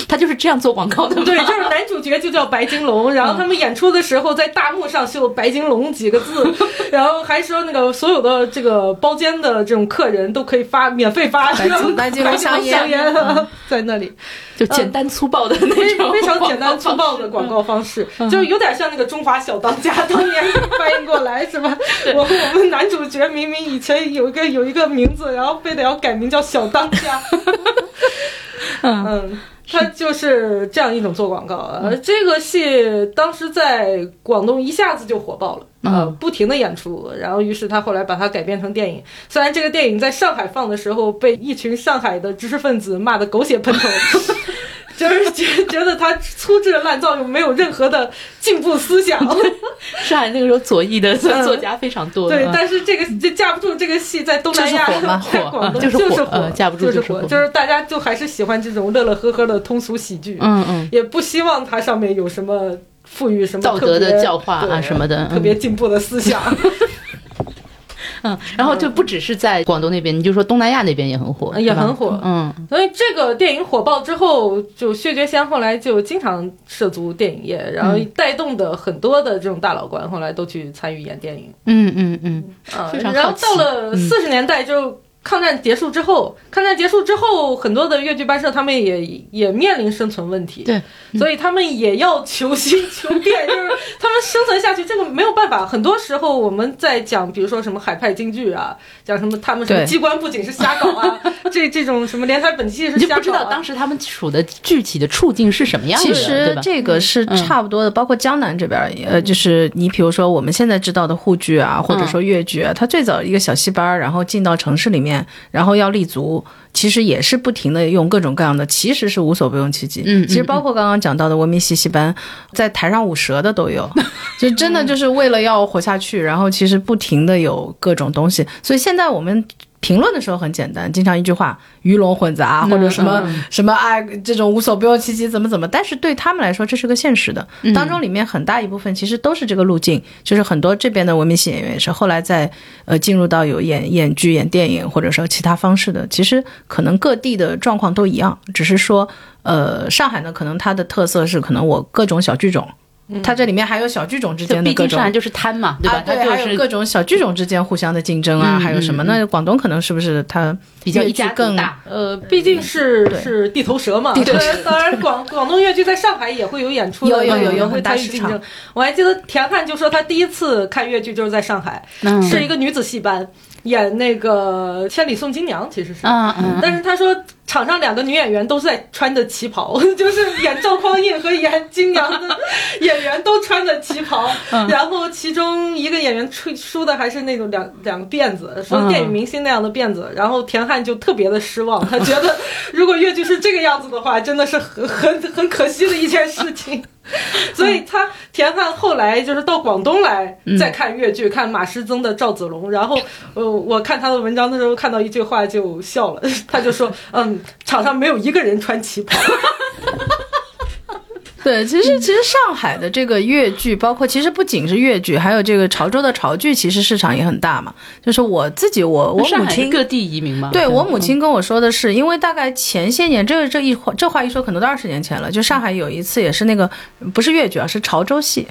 Speaker 1: 他就是这样做广告的吗？
Speaker 3: 对，就是男主角就叫白金龙。然后他们演出的时候，在大幕上绣“白金龙”几个字，然后还说那个所有的这个包间的这种客人都可以发免费发
Speaker 2: 白金白金龙香烟嗯
Speaker 3: 香烟， *laughs* 在那里。
Speaker 1: 就简单粗暴的那
Speaker 3: 非
Speaker 1: 种，嗯
Speaker 3: 非常简单粗暴的广告方式，就是有点像那个《中华小当家》
Speaker 1: *laughs*
Speaker 3: 当年翻译过来是吧？我我们男主角明明以前有一个有一个名字，然后非得要改名叫小当家。
Speaker 1: 嗯
Speaker 3: 嗯，他就是这样一种做广告啊。呃这个戏当时在广东一下子就火爆了，
Speaker 1: 嗯
Speaker 3: 啊，不停的演出。然后，于是他后来把它改编成电影。虽然这个电影在上海放的时候被一群上海的知识分子骂得狗血喷头，
Speaker 1: *laughs*
Speaker 3: 就是觉觉得他粗制滥造，又没有任何的进步
Speaker 1: *laughs*
Speaker 3: 思想。
Speaker 1: 上海那个时候左翼的
Speaker 3: 嗯
Speaker 1: 作家非常多，
Speaker 3: 对
Speaker 1: 嗯，
Speaker 3: 但是这个这架不住这个戏在东南亚
Speaker 2: 就是火
Speaker 3: *laughs*
Speaker 2: 嘛
Speaker 3: 在广东
Speaker 1: 火嗯就是
Speaker 3: 是
Speaker 1: 火
Speaker 3: 火，
Speaker 1: 嗯架不住
Speaker 3: 就是
Speaker 1: 就是火
Speaker 3: 就是大家就还是喜欢这种乐乐呵呵的通俗喜剧，
Speaker 1: 嗯嗯，
Speaker 3: 也不希望它上面有什么赋予什么
Speaker 1: 道德
Speaker 3: 特别
Speaker 1: 的教化啊
Speaker 3: 对
Speaker 1: 什么的，
Speaker 3: 特别进步的思
Speaker 1: *laughs*
Speaker 3: 想。
Speaker 1: 嗯，然后就不只是在广东那边，你就说东南亚那边也很火，
Speaker 3: 也
Speaker 1: 是吧
Speaker 3: 很火
Speaker 1: 嗯
Speaker 3: 所以这个电影火爆之后，就薛觉先后来就经常涉足电影业，然
Speaker 1: 嗯
Speaker 3: 后带动的很多的这种大老官后来都去参与演电影。
Speaker 1: 嗯嗯嗯，
Speaker 3: 啊
Speaker 1: 非常
Speaker 3: 然后
Speaker 1: 好奇
Speaker 3: 到了
Speaker 1: 嗯
Speaker 3: 四十年代就。抗战结束之后，抗战结束之后，很多的越剧班社他们也也面临生存问题，
Speaker 1: 对，嗯
Speaker 3: 所以他们也要求新求变，就是他们生存下去，这个没有办法。很多时候我们在讲，比如说什么海派京剧啊，讲什么他们什么
Speaker 2: 对
Speaker 3: 机关不仅是瞎搞
Speaker 1: *laughs*
Speaker 3: 啊，这这种什么连台本纪是
Speaker 1: 你就
Speaker 3: 瞎搞、啊，
Speaker 1: 不知道当时他们处的具体的处境是什么样的，
Speaker 2: 其
Speaker 1: 对
Speaker 2: 实
Speaker 1: 吧？嗯
Speaker 2: 这个是差不多的，包括江南这边儿，呃，就是你比如说我们现在知道的沪剧啊，或者说越剧啊，它最早一个小戏班儿，然后进到城市里面，然后要立足，其实也是不停的用各种各样的，其实是无所不用其极。
Speaker 1: 嗯嗯
Speaker 2: 其实包括刚刚讲到的文明戏戏班，在台上舞蛇的都有，就真的就是为了要活下去，然后其实不停的有各种东西，所以现在我们。评论的时候很简单，经常一句话“鱼龙混杂”啊
Speaker 1: 嗯
Speaker 2: 或者什么、什么啊，这种无所不用其极，怎么怎么。但是对他们来说，这是个现实的。
Speaker 1: 嗯
Speaker 2: 当中里面很大一部分其实都是这个路径，就是很多这边的文明系演员也是后来在呃进入到有演演剧、演电影或者说其他方式的。其实可能各地的状况都一样，只是说呃上海呢，可能它的特色是可能我各种小剧种，它这里面还有小剧种之
Speaker 1: 嗯就
Speaker 2: 间的
Speaker 1: 毕
Speaker 2: 各
Speaker 1: 竟
Speaker 2: 种
Speaker 1: 上。海就是贪嘛，对吧？
Speaker 2: 啊，对，
Speaker 1: 他就
Speaker 2: 还有各
Speaker 1: 是
Speaker 2: 种小剧种之间互相的竞争啊，
Speaker 1: 嗯
Speaker 2: 还有什么？
Speaker 1: 嗯嗯
Speaker 2: 那广东可能是不是它
Speaker 1: 比较
Speaker 2: 越
Speaker 1: 一
Speaker 2: 剧
Speaker 1: 家独
Speaker 2: 更
Speaker 1: 大，
Speaker 3: 呃，毕竟是
Speaker 2: 嗯对
Speaker 3: 是地头蛇嘛。
Speaker 2: 地头蛇
Speaker 3: 对当然广广东越剧在上海也会有演出的，
Speaker 2: 有有有有
Speaker 3: 也会
Speaker 2: 很大
Speaker 3: 参与
Speaker 2: 市
Speaker 3: 竞
Speaker 2: 场
Speaker 3: 争。我还记得田汉就说他第一次看越剧就是在上海，
Speaker 1: 嗯
Speaker 3: 是一个女子戏班演那个《千里送金娘》，其实是。
Speaker 1: 嗯嗯
Speaker 3: 但是他说，场上两个女演员都在穿着旗袍， *laughs* 就是演赵匡胤和演金娘的演员都穿着旗袍，然后其中一个演员吹梳的还是那种两两个辫子，说电影明星那样的辫子，然后田汉就特别的失望，他觉得如果越剧是这个样子的话，真的是很很很可惜的一件事情。 *laughs* 所以他田汉后来就是到广东来再看越剧，看马师曾的赵子龙，然后呃，我看他的文章的时候看到一句话就笑了， *laughs* 他就说，嗯，场上没有一个人穿旗袍，
Speaker 2: *laughs* 对，其实其实上海的这个越剧，包括其实不仅是越剧，还有这个潮州的潮剧，其实市场也很大嘛。就是我自己，我我
Speaker 1: 上
Speaker 2: 母
Speaker 1: 海是
Speaker 2: 亲。
Speaker 1: 各地移民嘛，
Speaker 2: 对我
Speaker 1: 嗯
Speaker 2: 母亲跟我说的是，因为大概前些年，这这一话这话一说，可能都二十年前了。就上海有一次也是那个不是越剧啊，是潮州戏，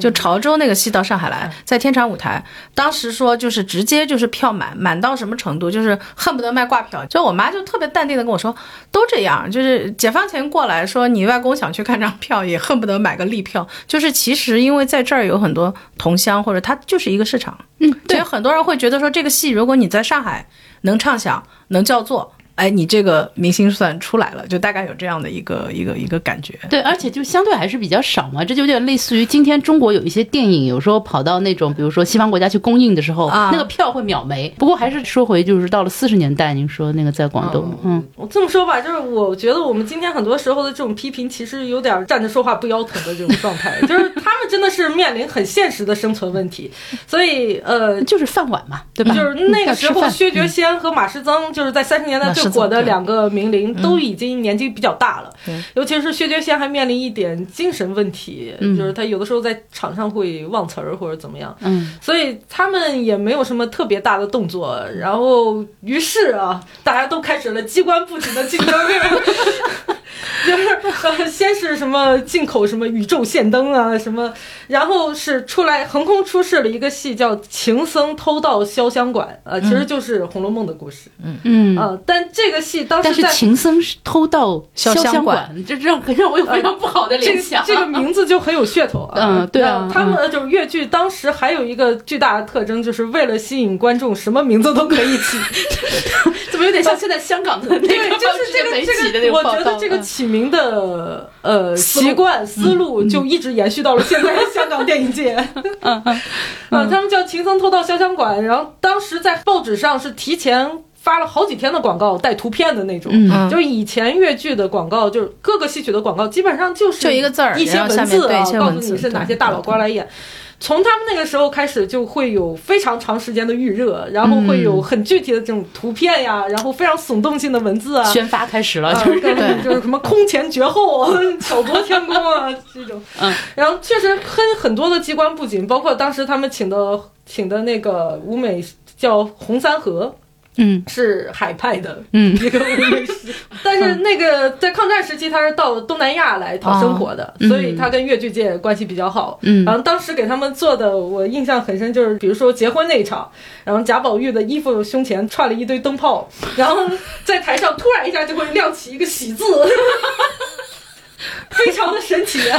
Speaker 2: 就潮州那个戏到上海来，在天蟾舞台，当时说就是直接就是票满，满到什么程度，就是恨不得卖挂票。就我妈就特别淡定的跟我说，都这样，就是解放前过来说你外公想去看张票，也恨不得买个立票。就是其实因为在这儿有很多同乡，或者它就是一个市场，嗯，所以很多人会觉得说这个戏如果你在上海能畅想，能叫座。哎，你这个明星算出来了，就大概有这样的一个一个一个感觉。
Speaker 1: 对，而且就相对还是比较少嘛，这就有点类似于今天中国有一些电影，有时候跑到那种比如说西方国家去公映的时候，
Speaker 2: 啊
Speaker 1: 那个票会秒没。不过还是说回，就是到了四十年代，您说那个在广东，
Speaker 2: 哦
Speaker 1: 嗯，
Speaker 3: 我这么说吧，就是我觉得我们今天很多时候的这种批评，其实有点站着说话不腰疼的这种状态， *laughs* 就是他们真的是面临很现实的生存问题，所以呃。
Speaker 1: 就是饭碗嘛，对吧？
Speaker 3: 就是那个时
Speaker 1: 嗯
Speaker 3: 候，
Speaker 1: 要吃
Speaker 3: 薛觉先和马师曾就是在三十年代
Speaker 2: 马师
Speaker 3: 最
Speaker 2: 曾
Speaker 3: 火的
Speaker 2: 对嗯
Speaker 3: 两个名伶，都已经年纪比较大了
Speaker 2: 对。
Speaker 3: 尤其是薛觉先还面临一点精神问题，
Speaker 2: 嗯
Speaker 3: 就是他有的时候在场上会忘词儿或者怎么样。
Speaker 1: 嗯，
Speaker 3: 所以他们也没有什么特别大的动作，然后于是啊，大家都开始了机关不停的竞争。 *laughs* 就是呃先是什么进口什么宇宙线灯啊什么，然后是出来横空出世了一个戏叫《情僧偷盗潇湘馆》，呃，其实就是《红楼梦》的故事，
Speaker 1: 嗯
Speaker 3: 呃，但这个戏当
Speaker 1: 但
Speaker 3: 时
Speaker 1: 是
Speaker 3: 在
Speaker 1: 秦僧是偷盗
Speaker 2: 潇湘
Speaker 1: 湘
Speaker 2: 馆，
Speaker 1: *laughs* 这让让我有非常不好的
Speaker 3: 这
Speaker 1: 联想。啊
Speaker 3: 这个名字就很有噱头啊。
Speaker 1: 嗯对啊
Speaker 3: 他们就是越剧当时还有一个巨大的特征，就是为了吸引观众，什么名字都可以起。
Speaker 1: 怎么有点像现在香港的那 *laughs* 个
Speaker 3: 对，就是这
Speaker 1: 媒
Speaker 3: 个
Speaker 1: 体的
Speaker 3: 这
Speaker 1: 那
Speaker 3: 个，
Speaker 1: 个
Speaker 3: 我
Speaker 1: 报
Speaker 3: 觉
Speaker 1: 道
Speaker 3: 得这个
Speaker 1: 嗯
Speaker 3: 起名的呃
Speaker 1: 思路
Speaker 3: 习惯思路就一直延续到了现在的 *laughs* 香港电影界。
Speaker 1: 嗯
Speaker 3: *laughs*
Speaker 1: 嗯
Speaker 3: 呃，他们叫《秦僧偷盗潇湘馆》，然后当时在报纸上是提前发了好几天的广告，带图片的那种。
Speaker 1: 嗯
Speaker 2: 嗯
Speaker 3: 就是以前越剧的广告，就是各个戏曲的广告，基本上就是
Speaker 2: 就一个字儿
Speaker 3: 一些
Speaker 2: 然后下
Speaker 3: 文
Speaker 2: 面
Speaker 3: 字
Speaker 2: 对
Speaker 3: 啊
Speaker 2: 一，些
Speaker 3: 告诉
Speaker 2: 文字
Speaker 3: 你是哪
Speaker 2: 对
Speaker 3: 些大佬官来演。从他们那个时候开始，就会有非常长时间的预热，然后会有很具体的这种图片呀，然后非常耸动性的文字啊，
Speaker 1: *laughs* 宣发开始了，
Speaker 3: 啊，
Speaker 1: 就是
Speaker 3: 各种
Speaker 2: 对
Speaker 3: 就是什么空前绝后、
Speaker 2: *laughs*
Speaker 3: 啊、巧夺天工啊这种。
Speaker 1: 嗯，
Speaker 3: 然后确实跟很多的机关布景，包括当时他们请的请的那个舞美叫红三河，
Speaker 1: *laughs* 嗯
Speaker 3: 是海派的
Speaker 1: 嗯
Speaker 3: 一个舞美师，但是那个在抗战时期他是到东南亚来讨生活的，
Speaker 1: 嗯
Speaker 3: 所以他跟越剧界关系比较好。
Speaker 1: 嗯
Speaker 3: 然后当时给他们做的，我印象很深，就是比如说结婚那一场，然后贾宝玉的衣服胸前串了一堆
Speaker 1: *laughs*
Speaker 3: 灯泡，然后在台上突然一下就会亮起一个喜
Speaker 1: *laughs*
Speaker 3: 字，非常的神奇、啊，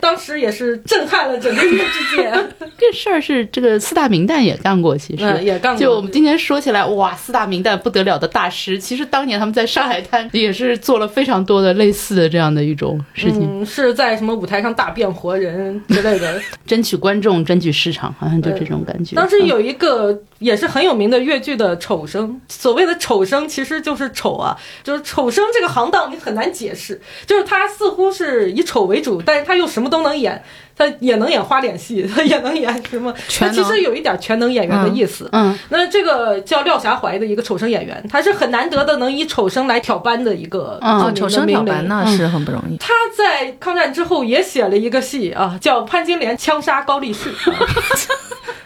Speaker 3: 当时也是震撼了整个越剧界。
Speaker 1: 这事儿是这个四大名旦 *laughs* 也干过，其实、
Speaker 3: 嗯也干过
Speaker 1: 就我们今天说起来，哇，四大名旦不得了的大师，其实当年他们在上海滩 *laughs* 也是做了非常多的类似的这样的一种事情，
Speaker 3: 嗯，是在什么舞台上大变活人之类的。
Speaker 1: 争取观众，争取市场，好像就这种感觉。嗯
Speaker 3: 当时
Speaker 2: 啊
Speaker 3: 有一个也是很有名的越剧的丑生，所谓的丑生其实就是丑啊，就是丑生这个行当你很难解释，就是他似乎是以丑为主，但是他又什么都能演，他也能演花脸戏， *laughs* 他也能演什么，
Speaker 2: 全
Speaker 3: 他
Speaker 2: 能
Speaker 3: 其实有一点全能演员的意思。
Speaker 1: 嗯，嗯，
Speaker 3: 那这个叫廖霞怀的一个丑生演员，他是很难得的能以丑生来挑班的一个
Speaker 1: 嗯
Speaker 2: 哦，
Speaker 3: 著名的
Speaker 2: 丑生挑
Speaker 3: 名伶
Speaker 2: 班那是很不容易。
Speaker 3: 他在抗战之后也写了一个戏啊，叫《潘金莲枪杀高力士》啊，
Speaker 2: *laughs*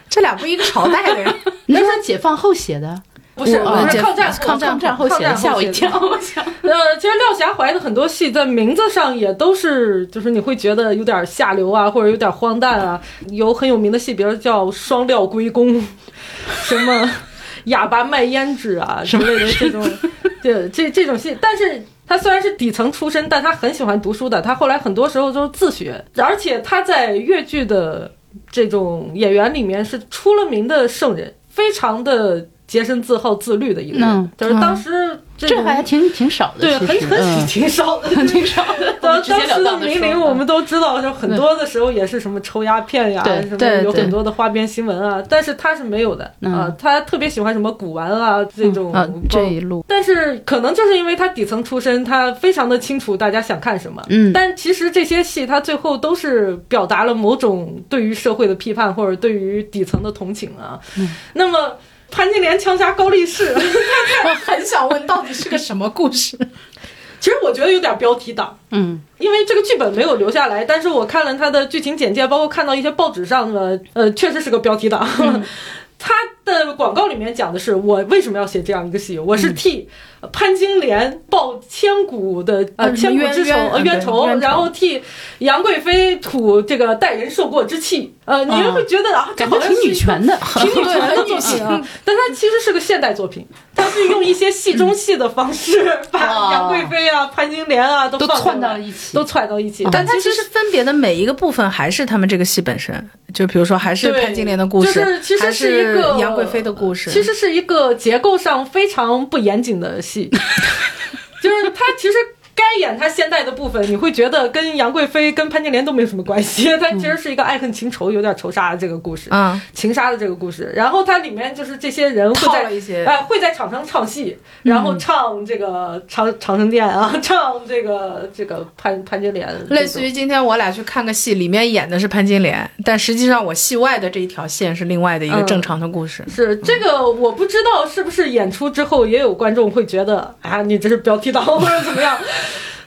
Speaker 2: 这俩不一个朝代的人， *laughs*
Speaker 1: 你是说解放后写的？哦
Speaker 3: 不是，
Speaker 2: 我
Speaker 3: 不
Speaker 2: 解
Speaker 3: 是抗战
Speaker 1: 抗
Speaker 3: 战
Speaker 1: 战后写的，吓我一跳。。 *laughs* 我想
Speaker 3: *laughs* 呃，其实廖霞怀的很多戏在名字上也都是，就是你会觉得有点下流啊，或者有点荒诞啊。有很有名的戏，比如叫《双料归公》， *laughs* 什么哑巴卖胭脂啊之类的这种，这这这种戏，但是。他虽然是底层出身，但他很喜欢读书的。他后来很多时候都是自学，而且他在越剧的这种演员里面是出了名的圣人，非常的洁身自好、自律的一个人。
Speaker 1: 嗯
Speaker 3: 就是当时这
Speaker 1: 这
Speaker 3: 种
Speaker 1: 还挺挺少的，
Speaker 3: 对，
Speaker 1: 其
Speaker 3: 很
Speaker 1: 实
Speaker 3: 很挺少的。
Speaker 1: 嗯挺少的。我
Speaker 3: *laughs* 当
Speaker 1: 们直
Speaker 3: 当
Speaker 1: 截了
Speaker 3: 时的
Speaker 1: 当的
Speaker 3: 名伶，我们都知道，就很多的时候也是什么抽鸦片呀，
Speaker 1: 对
Speaker 3: 什么
Speaker 2: 对
Speaker 3: 有
Speaker 2: 对
Speaker 3: 很多的花边新闻啊，但是他是没有的
Speaker 1: 嗯
Speaker 3: 啊，他特别喜欢什么古玩啊这种
Speaker 2: 啊，这
Speaker 3: 包
Speaker 2: 一路
Speaker 3: 但是可能就是因为他底层出身，他非常的清楚大家想看什么。
Speaker 1: 嗯
Speaker 3: 但其实这些戏他最后都是表达了某种对于社会的批判，或者对于底层的同情啊。
Speaker 1: 嗯
Speaker 3: 那么潘金莲枪杀高
Speaker 1: *laughs*
Speaker 3: 力士，
Speaker 2: 我很想问，到底是个什么故 *laughs* 事？
Speaker 3: 其实我觉得有点标题党。
Speaker 1: 嗯
Speaker 3: 因为这个剧本没有留下来，但是我看了它的剧情简介，包括看到一些报纸上的，呃，确实是个标题党。 *laughs* 它的广告里面讲的是我为什么要写这样一个戏，我是替潘金莲报千古的呃
Speaker 2: 嗯
Speaker 3: 千古之仇
Speaker 2: 冤冤
Speaker 3: 呃
Speaker 2: 嗯
Speaker 3: 冤
Speaker 2: 对
Speaker 3: 仇，
Speaker 2: 冤仇
Speaker 3: 然后替杨贵妃吐这个代人受过之气。呃，你就会觉得啊，这
Speaker 1: 感
Speaker 3: 好
Speaker 1: 觉
Speaker 3: 像
Speaker 1: 挺
Speaker 3: 是
Speaker 1: 女
Speaker 3: 一个
Speaker 1: 权的，
Speaker 3: *laughs* 挺女权的作品啊， *laughs* 但它其实是个现代作品，它是用一些戏中戏的
Speaker 2: *laughs*
Speaker 3: 方式 *laughs* 把杨贵妃啊、潘金莲啊都
Speaker 1: 都
Speaker 3: 放进
Speaker 1: 串
Speaker 3: 来
Speaker 1: 到一起
Speaker 3: 都串到一起。
Speaker 2: 但它
Speaker 3: 它
Speaker 2: 其实分别的每一个部分还是他们这个戏本身，就比如说还是
Speaker 3: 对
Speaker 2: 潘金莲的故事，
Speaker 3: 就是其实
Speaker 2: 还
Speaker 3: 是一个
Speaker 2: 杨贵妃的故事，
Speaker 3: 其实是一个结构上非常不严谨的戏， *laughs* 就是它其实。该演它现代的部分，你会觉得跟杨贵妃、跟潘金莲都没有什么关系。它其实是一个爱恨情仇、有点仇杀的这个故事。
Speaker 2: 啊，
Speaker 3: 情杀的这个故事，然后它里面就是这些人会
Speaker 2: 套
Speaker 3: 在
Speaker 2: 了一些嗯
Speaker 3: 哎、会在场上唱戏，然后唱这个长长生殿啊， *laughs* 唱这个这个潘潘金莲这种，
Speaker 2: 类似于今天我俩去看个戏，里面演的是潘金莲，但实际上我戏外的这一条线是另外的一个
Speaker 3: 嗯
Speaker 2: 正常的故事。
Speaker 3: 是这个，我不知道是不是演出之后也有观众会觉得啊，你这是标题党 *laughs* 或者怎么样。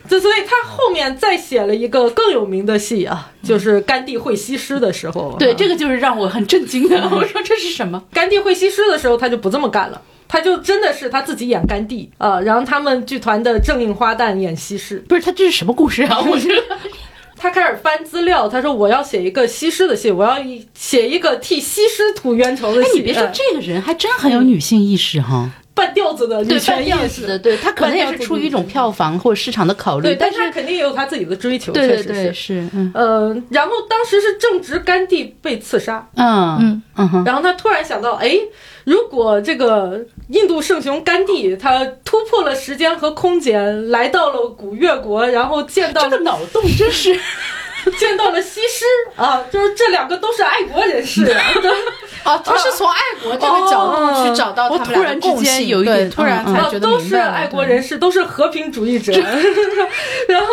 Speaker 3: 这所以他后面再写了一个更有名的戏啊，就是甘地会西施的时候，
Speaker 1: *laughs* 对，
Speaker 3: 啊
Speaker 1: *laughs*
Speaker 3: 嗯
Speaker 1: 这个就是让我很震惊的。我说这是什么？
Speaker 3: 甘地会西施的时候，他就不这么干了。他就真的是他自己演甘地，呃，然后他们剧团的正印花旦演西施，
Speaker 1: 不是他这是什么故事啊？ *laughs* 我觉得
Speaker 3: 他开始翻资料，他说我要写一个西施的戏，我要一写一个替西施吐冤仇的
Speaker 1: 哎，
Speaker 3: 戏。
Speaker 1: 你别说
Speaker 3: 哎
Speaker 1: 这个人还真很有女性意识哈，
Speaker 3: 半吊子的女
Speaker 1: 对，
Speaker 3: 权
Speaker 1: 半
Speaker 3: 意
Speaker 1: 吊子的，
Speaker 3: 识，
Speaker 1: 对他可能也是出于一种票房或者市场的考虑
Speaker 3: 对，，
Speaker 1: 但
Speaker 3: 但
Speaker 1: 是
Speaker 3: 他肯定也有他自己的追求，
Speaker 1: 对
Speaker 3: 确
Speaker 1: 对
Speaker 3: 实
Speaker 1: 对
Speaker 3: 是。
Speaker 1: 是，嗯
Speaker 3: 呃，然后当时是正值甘地被刺杀，
Speaker 1: 嗯嗯
Speaker 2: 嗯
Speaker 1: 嗯哼，
Speaker 3: 然后他突然想到，哎，如果这个印度圣雄甘地他突破了时间和空间，来到了古越国，然后见到
Speaker 1: 这
Speaker 3: 了
Speaker 1: 个脑洞真是
Speaker 3: 见到了西施啊，就是这两个都是爱国
Speaker 1: *laughs*
Speaker 3: 人士， *laughs*
Speaker 2: 哦，他是从爱国这个角度去找到
Speaker 1: 哦
Speaker 2: 他们俩的共
Speaker 1: 我突然之间
Speaker 2: 性
Speaker 1: 有一点
Speaker 2: 对突然
Speaker 1: 嗯嗯
Speaker 2: 才
Speaker 3: 啊，
Speaker 2: 觉得
Speaker 3: 都
Speaker 2: 明
Speaker 3: 是
Speaker 2: 白了
Speaker 3: 爱国
Speaker 2: 对
Speaker 3: 人士，都是和平主义者， *laughs* 然后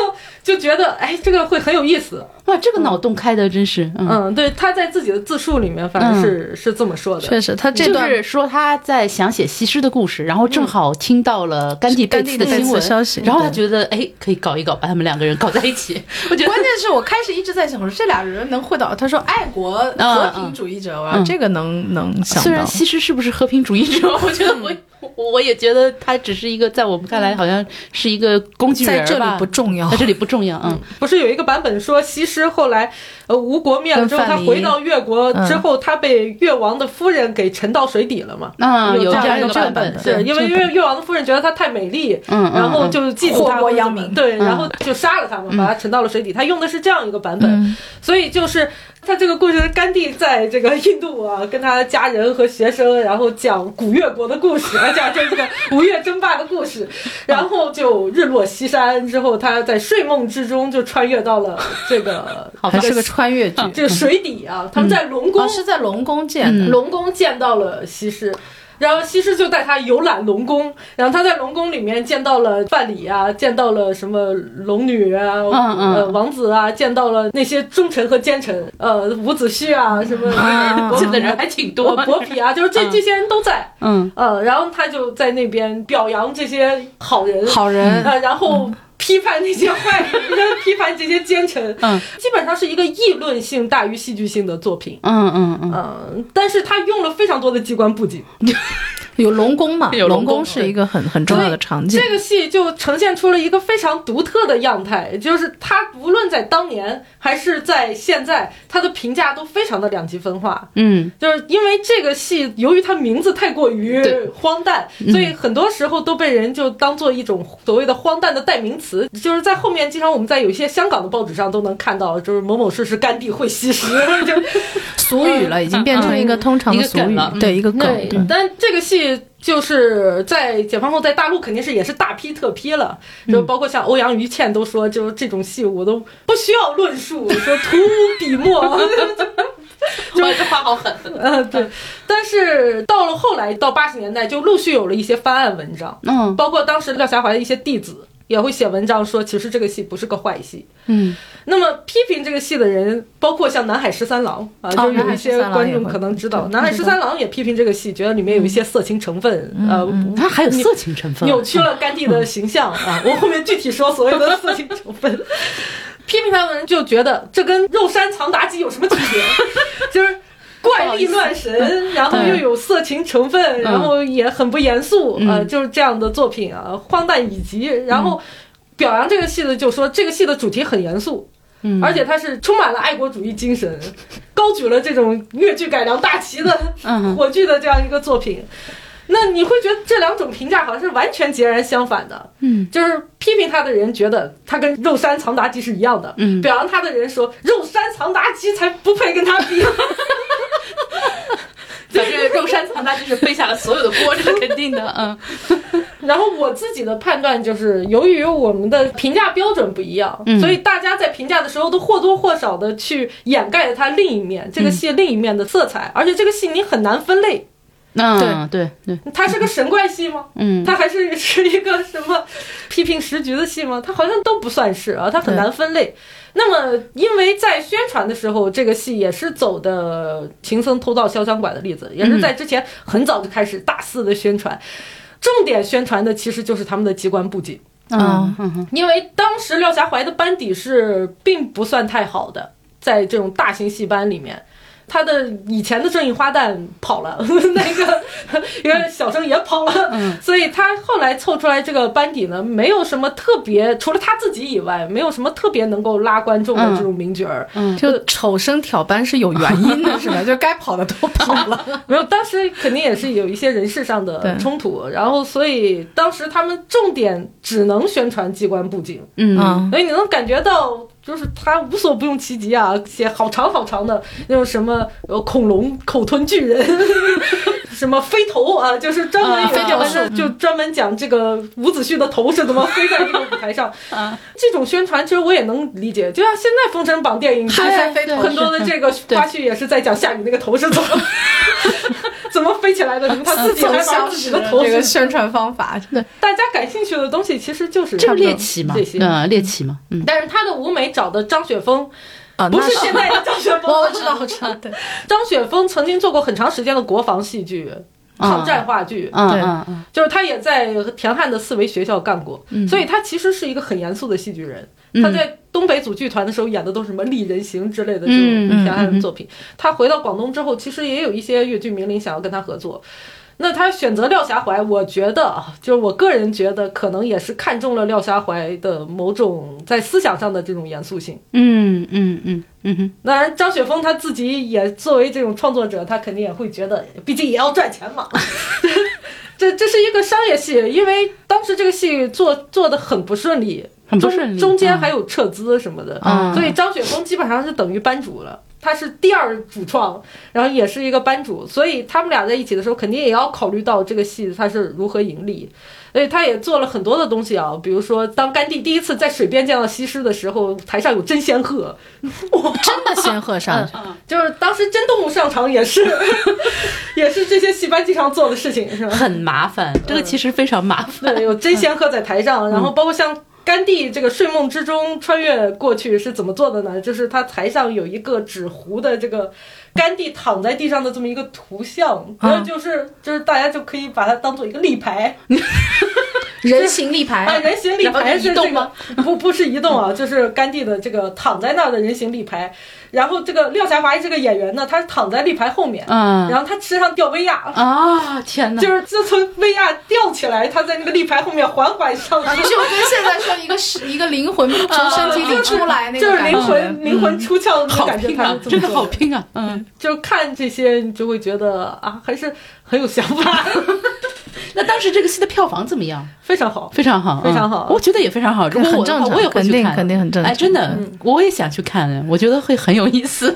Speaker 3: 就觉得哎，这个会很有意思。
Speaker 1: 哇，啊这个脑洞开的真是，嗯，
Speaker 3: 嗯，对，他在自己的自述里面，反正是、是这么说的。
Speaker 2: 确实，他这
Speaker 1: 就
Speaker 2: 段
Speaker 1: 是说他在想写西施的故事，然后正好听到了甘地被
Speaker 2: 甘
Speaker 1: 刺
Speaker 2: 地
Speaker 1: 的
Speaker 2: 被
Speaker 1: 新
Speaker 2: 刺
Speaker 1: 闻
Speaker 2: 消息
Speaker 1: 然后他
Speaker 2: 对
Speaker 1: 觉得哎，可以搞一搞，把他们两个人搞在一起，我觉得
Speaker 2: 关键是我开始一直在想，我说这俩人能会到，他说爱国
Speaker 1: 嗯
Speaker 2: 和平主义者，哇、
Speaker 1: 嗯
Speaker 2: 这个能能想
Speaker 1: 虽
Speaker 2: 到
Speaker 1: 然。西施是不是和平主义者， *laughs* 我觉得我我也觉得他只是一个，在我们看来好像是一个工具人
Speaker 2: 在
Speaker 1: 儿
Speaker 2: 这里
Speaker 1: 吧
Speaker 2: 不重要
Speaker 1: 在，这里不重要，嗯，
Speaker 3: 不是有一个版本说西施后来呃吴国灭了之后，
Speaker 2: 跟
Speaker 3: 他
Speaker 2: 范蠡
Speaker 3: 回到越国之后，他被越王的夫人给沉到水底了嘛？
Speaker 1: 啊，
Speaker 3: 有
Speaker 1: 有
Speaker 3: 这样
Speaker 1: 样一
Speaker 3: 一
Speaker 1: 个
Speaker 3: 个
Speaker 1: 版
Speaker 2: 版
Speaker 1: 本，
Speaker 2: 本对
Speaker 3: 是因为因为越王的夫人觉得她太美丽，
Speaker 1: 嗯嗯
Speaker 3: 然后
Speaker 1: 嗯
Speaker 3: 就嫉妒她，
Speaker 2: 祸国殃民
Speaker 3: 对，
Speaker 1: 嗯
Speaker 3: 然后就杀了他们，把他沉到了水底。他用的是这样一个版本，
Speaker 1: 嗯
Speaker 3: 所以就是他这个故事，甘地在这个印度啊，跟他家人和学生，然后讲古越国的故事，啊，讲这个吴越争霸的故
Speaker 1: *laughs*
Speaker 3: 事，然后就日落西山之后，他在睡梦之中就穿越到了这个
Speaker 1: 好吧
Speaker 2: 还是个穿越剧。
Speaker 3: 这个水底啊，他们在龙宫
Speaker 2: 哦，是在龙宫见
Speaker 1: 嗯
Speaker 2: 的，
Speaker 3: 龙宫见到了西施。然后西施就带他游览龙宫，然后他在龙宫里面见到了范蠡啊，见到了什么龙女啊，
Speaker 1: 嗯嗯
Speaker 3: 呃王子啊，见到了那些忠臣和奸臣，呃伍子胥啊，什么
Speaker 2: 啊
Speaker 3: *laughs* 伯
Speaker 1: 这的人还挺多 *laughs*
Speaker 3: 伯，伯嚭啊，就是这
Speaker 1: 嗯
Speaker 3: 这些人都在，
Speaker 1: 嗯，
Speaker 3: 呃，然后他就在那边表扬这些好人，
Speaker 2: 好人
Speaker 3: 呃，然
Speaker 1: 嗯
Speaker 3: 后批判那些坏
Speaker 1: *laughs*
Speaker 3: 人，批判这些奸臣，
Speaker 1: 嗯，
Speaker 3: 基本上是一个议论性大于戏剧性的作品。
Speaker 1: 嗯嗯嗯，
Speaker 3: 嗯，但是他用了非常多的机关布景，
Speaker 2: 有龙宫嘛？
Speaker 1: 有龙宫
Speaker 2: 龙宫是一个很很重要的场景
Speaker 3: 这。个戏就呈现出了一个非常独特的样态，就是他无论在当年还是在现在，他的评价都非常的两极分化。
Speaker 1: *laughs* 嗯，
Speaker 3: 就是因为这个戏，由于它名字太过于
Speaker 1: 对
Speaker 3: 荒诞，所以很多时候都被人就当做一种所谓的荒诞的代名词。就是在后面，经常我们在有一些香港的报纸上都能看到，就是某某事是甘地会西 *laughs* 施，就
Speaker 2: 俗语了，已经变成一个通常
Speaker 1: 嗯一
Speaker 2: 的
Speaker 1: 个
Speaker 2: 俗
Speaker 1: 梗
Speaker 2: 语
Speaker 1: 了嗯，
Speaker 2: 对一个梗。
Speaker 3: 对，
Speaker 2: 对
Speaker 3: 但这个戏就是在解放后，在大陆肯定是也是大批特批了，
Speaker 2: 嗯
Speaker 3: 就包括像欧阳予倩都说，就是这种戏我都不需要论述，说涂无笔
Speaker 2: *laughs*
Speaker 3: 墨。
Speaker 1: 哇，这话好狠，
Speaker 3: 嗯，对。但是到了后来，到八十年代，就陆续有了一些翻案文章，
Speaker 1: 嗯
Speaker 3: 包括当时廖霞华的一些弟子也会写文章说，其实这个戏不是个坏戏。
Speaker 1: 嗯，
Speaker 3: 那么批评这个戏的人，包括像南海十三郎啊，
Speaker 2: 哦
Speaker 3: 就有一些
Speaker 2: 南海十三郎
Speaker 3: 观
Speaker 2: 也
Speaker 3: 众
Speaker 2: 会
Speaker 3: 可能知道，
Speaker 2: 对嗯
Speaker 3: 南海十三郎也批评这个戏，觉得里面有一些色情成分，呃，
Speaker 1: 他还有色情成分，
Speaker 3: 扭曲了甘地的形象啊。我后面具体说所有的色情成分。批评他们人就觉得这跟肉山藏妲己有什么区别？就是怪力乱神，然后又有色情成分，然后也很不严肃，呃，就是这样的作品啊，荒诞以极。然后表扬这个戏的就说这个戏的主题很严肃。
Speaker 1: 嗯
Speaker 3: 而且它是充满了爱国主义精神，高举了这种越剧改良大旗的
Speaker 1: 嗯
Speaker 3: 火炬的这样一个作品。那你会觉得这两种评价好像是完全截然相反的，
Speaker 1: 嗯，
Speaker 3: 就是批评他的人觉得他跟肉山藏妲己是一样的，
Speaker 1: 嗯
Speaker 3: 表扬他的人说肉山藏妲己才不配跟他
Speaker 1: *laughs*
Speaker 3: 比，
Speaker 1: 反正肉山藏妲就是背下了所有 *laughs* 的锅，这是肯定的，嗯
Speaker 3: *laughs* 然后我自己的判断就是，由于我们的评价标准不一样，
Speaker 1: 嗯
Speaker 3: 所以大家在评价的时候都或多或少的去掩盖了它另一面，这个戏另一面的色彩。而且这个戏你很难分类，
Speaker 1: 嗯，对对对，
Speaker 3: 它是个神怪戏吗？
Speaker 1: 嗯
Speaker 3: 它还是是一个什么批评时局的戏吗？它好像都不算是啊，它很难分类。那么，因为在宣传的时候，这个戏也是走的秦僧偷盗潇湘馆的例子，也是在之前很早就开始大肆的宣传。重点宣传的其实就是他们的机关布景，
Speaker 1: 嗯嗯
Speaker 3: 因为当时廖霞怀的班底是并不算太好的，在这种大型戏班里面，他的以前的正义花旦跑了， *laughs* 那个原来小生也跑了，所以他后来凑出来这个班底呢，没有什么特别，除了他自己以外，没有什么特别能够拉观众的这种名角儿。
Speaker 1: 嗯
Speaker 2: 就丑生挑班是有原因的，是吧？就该跑的都跑了。
Speaker 3: 没有，当时肯定也是有一些人事上的
Speaker 2: 对
Speaker 3: 冲突，然后所以当时他们重点只能宣传机关布景，
Speaker 1: 嗯，
Speaker 2: 嗯，
Speaker 3: 所以你能感觉到。就是他无所不用其极啊，写好长好长的那种什么呃恐龙口吞巨人， *laughs* 什么飞头啊，就是专门有
Speaker 1: 啊飞
Speaker 3: 专
Speaker 1: 鸟
Speaker 3: 门
Speaker 1: 术
Speaker 3: 的就专门讲这个伍子胥的头是怎么飞在这个舞台上。
Speaker 1: *laughs* 啊
Speaker 3: 这种宣传其实我也能理解，就像现在《封神榜》电影，
Speaker 2: 嗨
Speaker 3: 就是
Speaker 2: 对
Speaker 1: 对
Speaker 3: 很多的这个
Speaker 1: 对
Speaker 3: 花絮也是在讲夏雨那个头
Speaker 1: *laughs*
Speaker 3: 是怎么怎么飞起来的，什么
Speaker 1: 嗯
Speaker 3: 他
Speaker 2: *laughs*
Speaker 3: 自己还把自己的头
Speaker 2: 这个
Speaker 3: 是。
Speaker 2: 宣传方法，
Speaker 3: 大家感兴趣的东西其实就是
Speaker 1: 这
Speaker 3: 他
Speaker 1: 是
Speaker 3: 们
Speaker 1: 猎奇嘛
Speaker 3: 这？些，
Speaker 1: 嗯，猎奇嘛，嗯，
Speaker 3: 但是他的舞美找的张雪峰
Speaker 2: 啊，
Speaker 3: 不
Speaker 2: 那
Speaker 3: 是现在
Speaker 1: *laughs*
Speaker 3: 的张雪峰，
Speaker 1: 哦
Speaker 2: 我我知道，我知道，对，
Speaker 3: 张雪峰曾经做过很长时间的国防戏剧、
Speaker 1: 啊
Speaker 3: 抗战话剧，
Speaker 1: 嗯
Speaker 2: 对
Speaker 1: 嗯嗯，
Speaker 3: 就是他也在田汉的四维学校干过，所以他其实是一个很严肃的戏剧人。
Speaker 1: 嗯
Speaker 3: 他在东北组剧团的时候演的都是什么《丽人行》之类的这种
Speaker 1: 嗯
Speaker 3: 田汉的作品。他回到广东之后，其实也有一些粤剧名伶想要跟他合作。那他选择廖霞怀，我觉得啊，就是我个人觉得，可能也是看中了廖霞怀的某种在思想上的这种严肃性。
Speaker 1: 嗯嗯嗯嗯哼，
Speaker 3: *laughs* 当然，张雪峰他自己也作为这种创作者，他肯定也会觉得，毕竟也要赚钱嘛。 *laughs* 这这是一个商业戏，因为当时这个戏做做的很不顺利，
Speaker 1: 很不
Speaker 3: 中
Speaker 1: 顺利，
Speaker 3: 中间还有撤资什么的，
Speaker 1: 嗯
Speaker 3: 所以张雪峰基本上是等于班主了。他是第二主创，然后也是一个班主，所以他们俩在一起的时候，肯定也要考虑到这个戏它是如何盈利。所以他也做了很多的东西啊，比如说当甘地第一次在水边见到西施的时候，台上有真仙鹤，哇，
Speaker 2: 真的仙鹤上
Speaker 1: 嗯
Speaker 2: 去，
Speaker 3: 就是当时真动物上场也是， *laughs* 也是这些戏班经常做的事情，是吧？
Speaker 1: 很麻烦，这个其实非常麻烦，
Speaker 3: 对，有真仙鹤在台
Speaker 1: 嗯
Speaker 3: 上，然后包括像甘地这个睡梦之中穿越过去是怎么做的呢？就是他台上有一个纸糊的这个甘地躺在地上的这么一个图像，
Speaker 1: 啊
Speaker 3: 然后就是就是大家就可以把它当做一个立牌，
Speaker 2: 人形立
Speaker 3: 啊，
Speaker 2: 牌，
Speaker 3: 人形立牌是
Speaker 1: 然后
Speaker 3: 这
Speaker 1: 移动
Speaker 3: 个
Speaker 1: 吗
Speaker 3: *laughs* 不不是移动啊，就是甘地的这个躺在那儿的人形立牌，然后这个廖霞华这个演员呢，他躺在立牌后面，
Speaker 1: 嗯
Speaker 3: 然后他身上吊威亚。
Speaker 1: 啊，天哪，
Speaker 3: 就是自从威亚吊起来，他在那个立牌后面缓缓上升
Speaker 2: 啊就，跟现在说一个是一个灵魂从身体里出来那
Speaker 3: 就
Speaker 2: 个
Speaker 3: 是
Speaker 2: 感觉，
Speaker 3: 灵
Speaker 2: 嗯
Speaker 3: 魂灵魂出窍的
Speaker 1: 好
Speaker 3: 感觉，
Speaker 1: 拼
Speaker 3: 他
Speaker 1: 啊
Speaker 3: 是，这
Speaker 1: 真
Speaker 3: 么
Speaker 1: 的好
Speaker 3: 做的。
Speaker 1: 拼啊，嗯，
Speaker 3: 就是看这些，你就会觉得啊，还是很有想法，
Speaker 1: 那当时这个戏的票房怎么样？
Speaker 3: 非常好。
Speaker 1: 非常好，
Speaker 3: 非常
Speaker 1: 嗯
Speaker 3: 好
Speaker 1: 我觉得也非常好。如果我的
Speaker 2: 正
Speaker 1: 话，
Speaker 2: 常
Speaker 1: 我也会
Speaker 2: 肯
Speaker 1: 去
Speaker 2: 定
Speaker 1: 看，
Speaker 2: 肯定很正
Speaker 1: 哎，
Speaker 2: 常。
Speaker 1: 真的，我也想去看，哎我觉得会很有意思。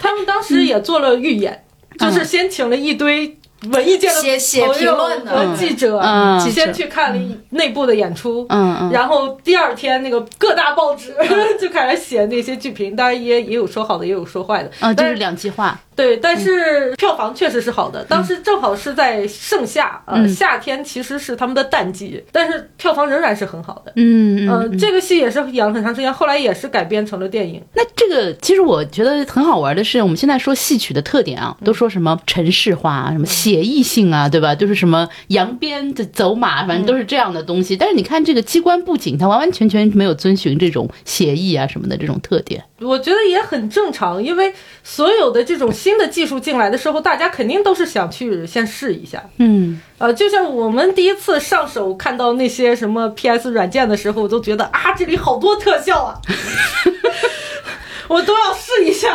Speaker 3: 他们当时也做了预演，就是先请了一堆文艺界的
Speaker 2: 写写
Speaker 3: 朋友
Speaker 2: 评论的
Speaker 3: 和记者，
Speaker 1: 嗯
Speaker 2: 记者
Speaker 3: 先去看了内部的演出。
Speaker 1: 嗯嗯，
Speaker 3: 然后第二天，那个各大报纸 *laughs* 就开始写那些剧评，当然也也有说好的，也有说坏的。
Speaker 1: 嗯，就
Speaker 3: 但
Speaker 1: 是两极化。
Speaker 3: 对，但
Speaker 1: 嗯
Speaker 3: 是票房确实是好的。当时正好是在盛夏，
Speaker 1: 嗯
Speaker 3: 呃，夏天其实是他们的淡季，但是票房仍然是很好的。
Speaker 1: 嗯
Speaker 3: 呃，这个戏也是演了很长时间，后来也是改编成了电影。
Speaker 1: 那这个其实我觉得很好玩的是，我们现在说戏曲的特点啊，都说什么城市化啊、什么写意性啊，对吧？就是什么扬鞭的走马，反正都是这样的东西。但是你看这个机关布景，它完完全全没有遵循这种写意啊什么的这种特点。
Speaker 3: 我觉得也很正常，因为所有的这种新的技术进来的时候，大家肯定都是想去先试一下。
Speaker 1: 嗯，
Speaker 3: 呃，就像我们第一次上手看到那些什么 PS 软件的时候，我都觉得啊，这里好多特效啊，我都要试一下。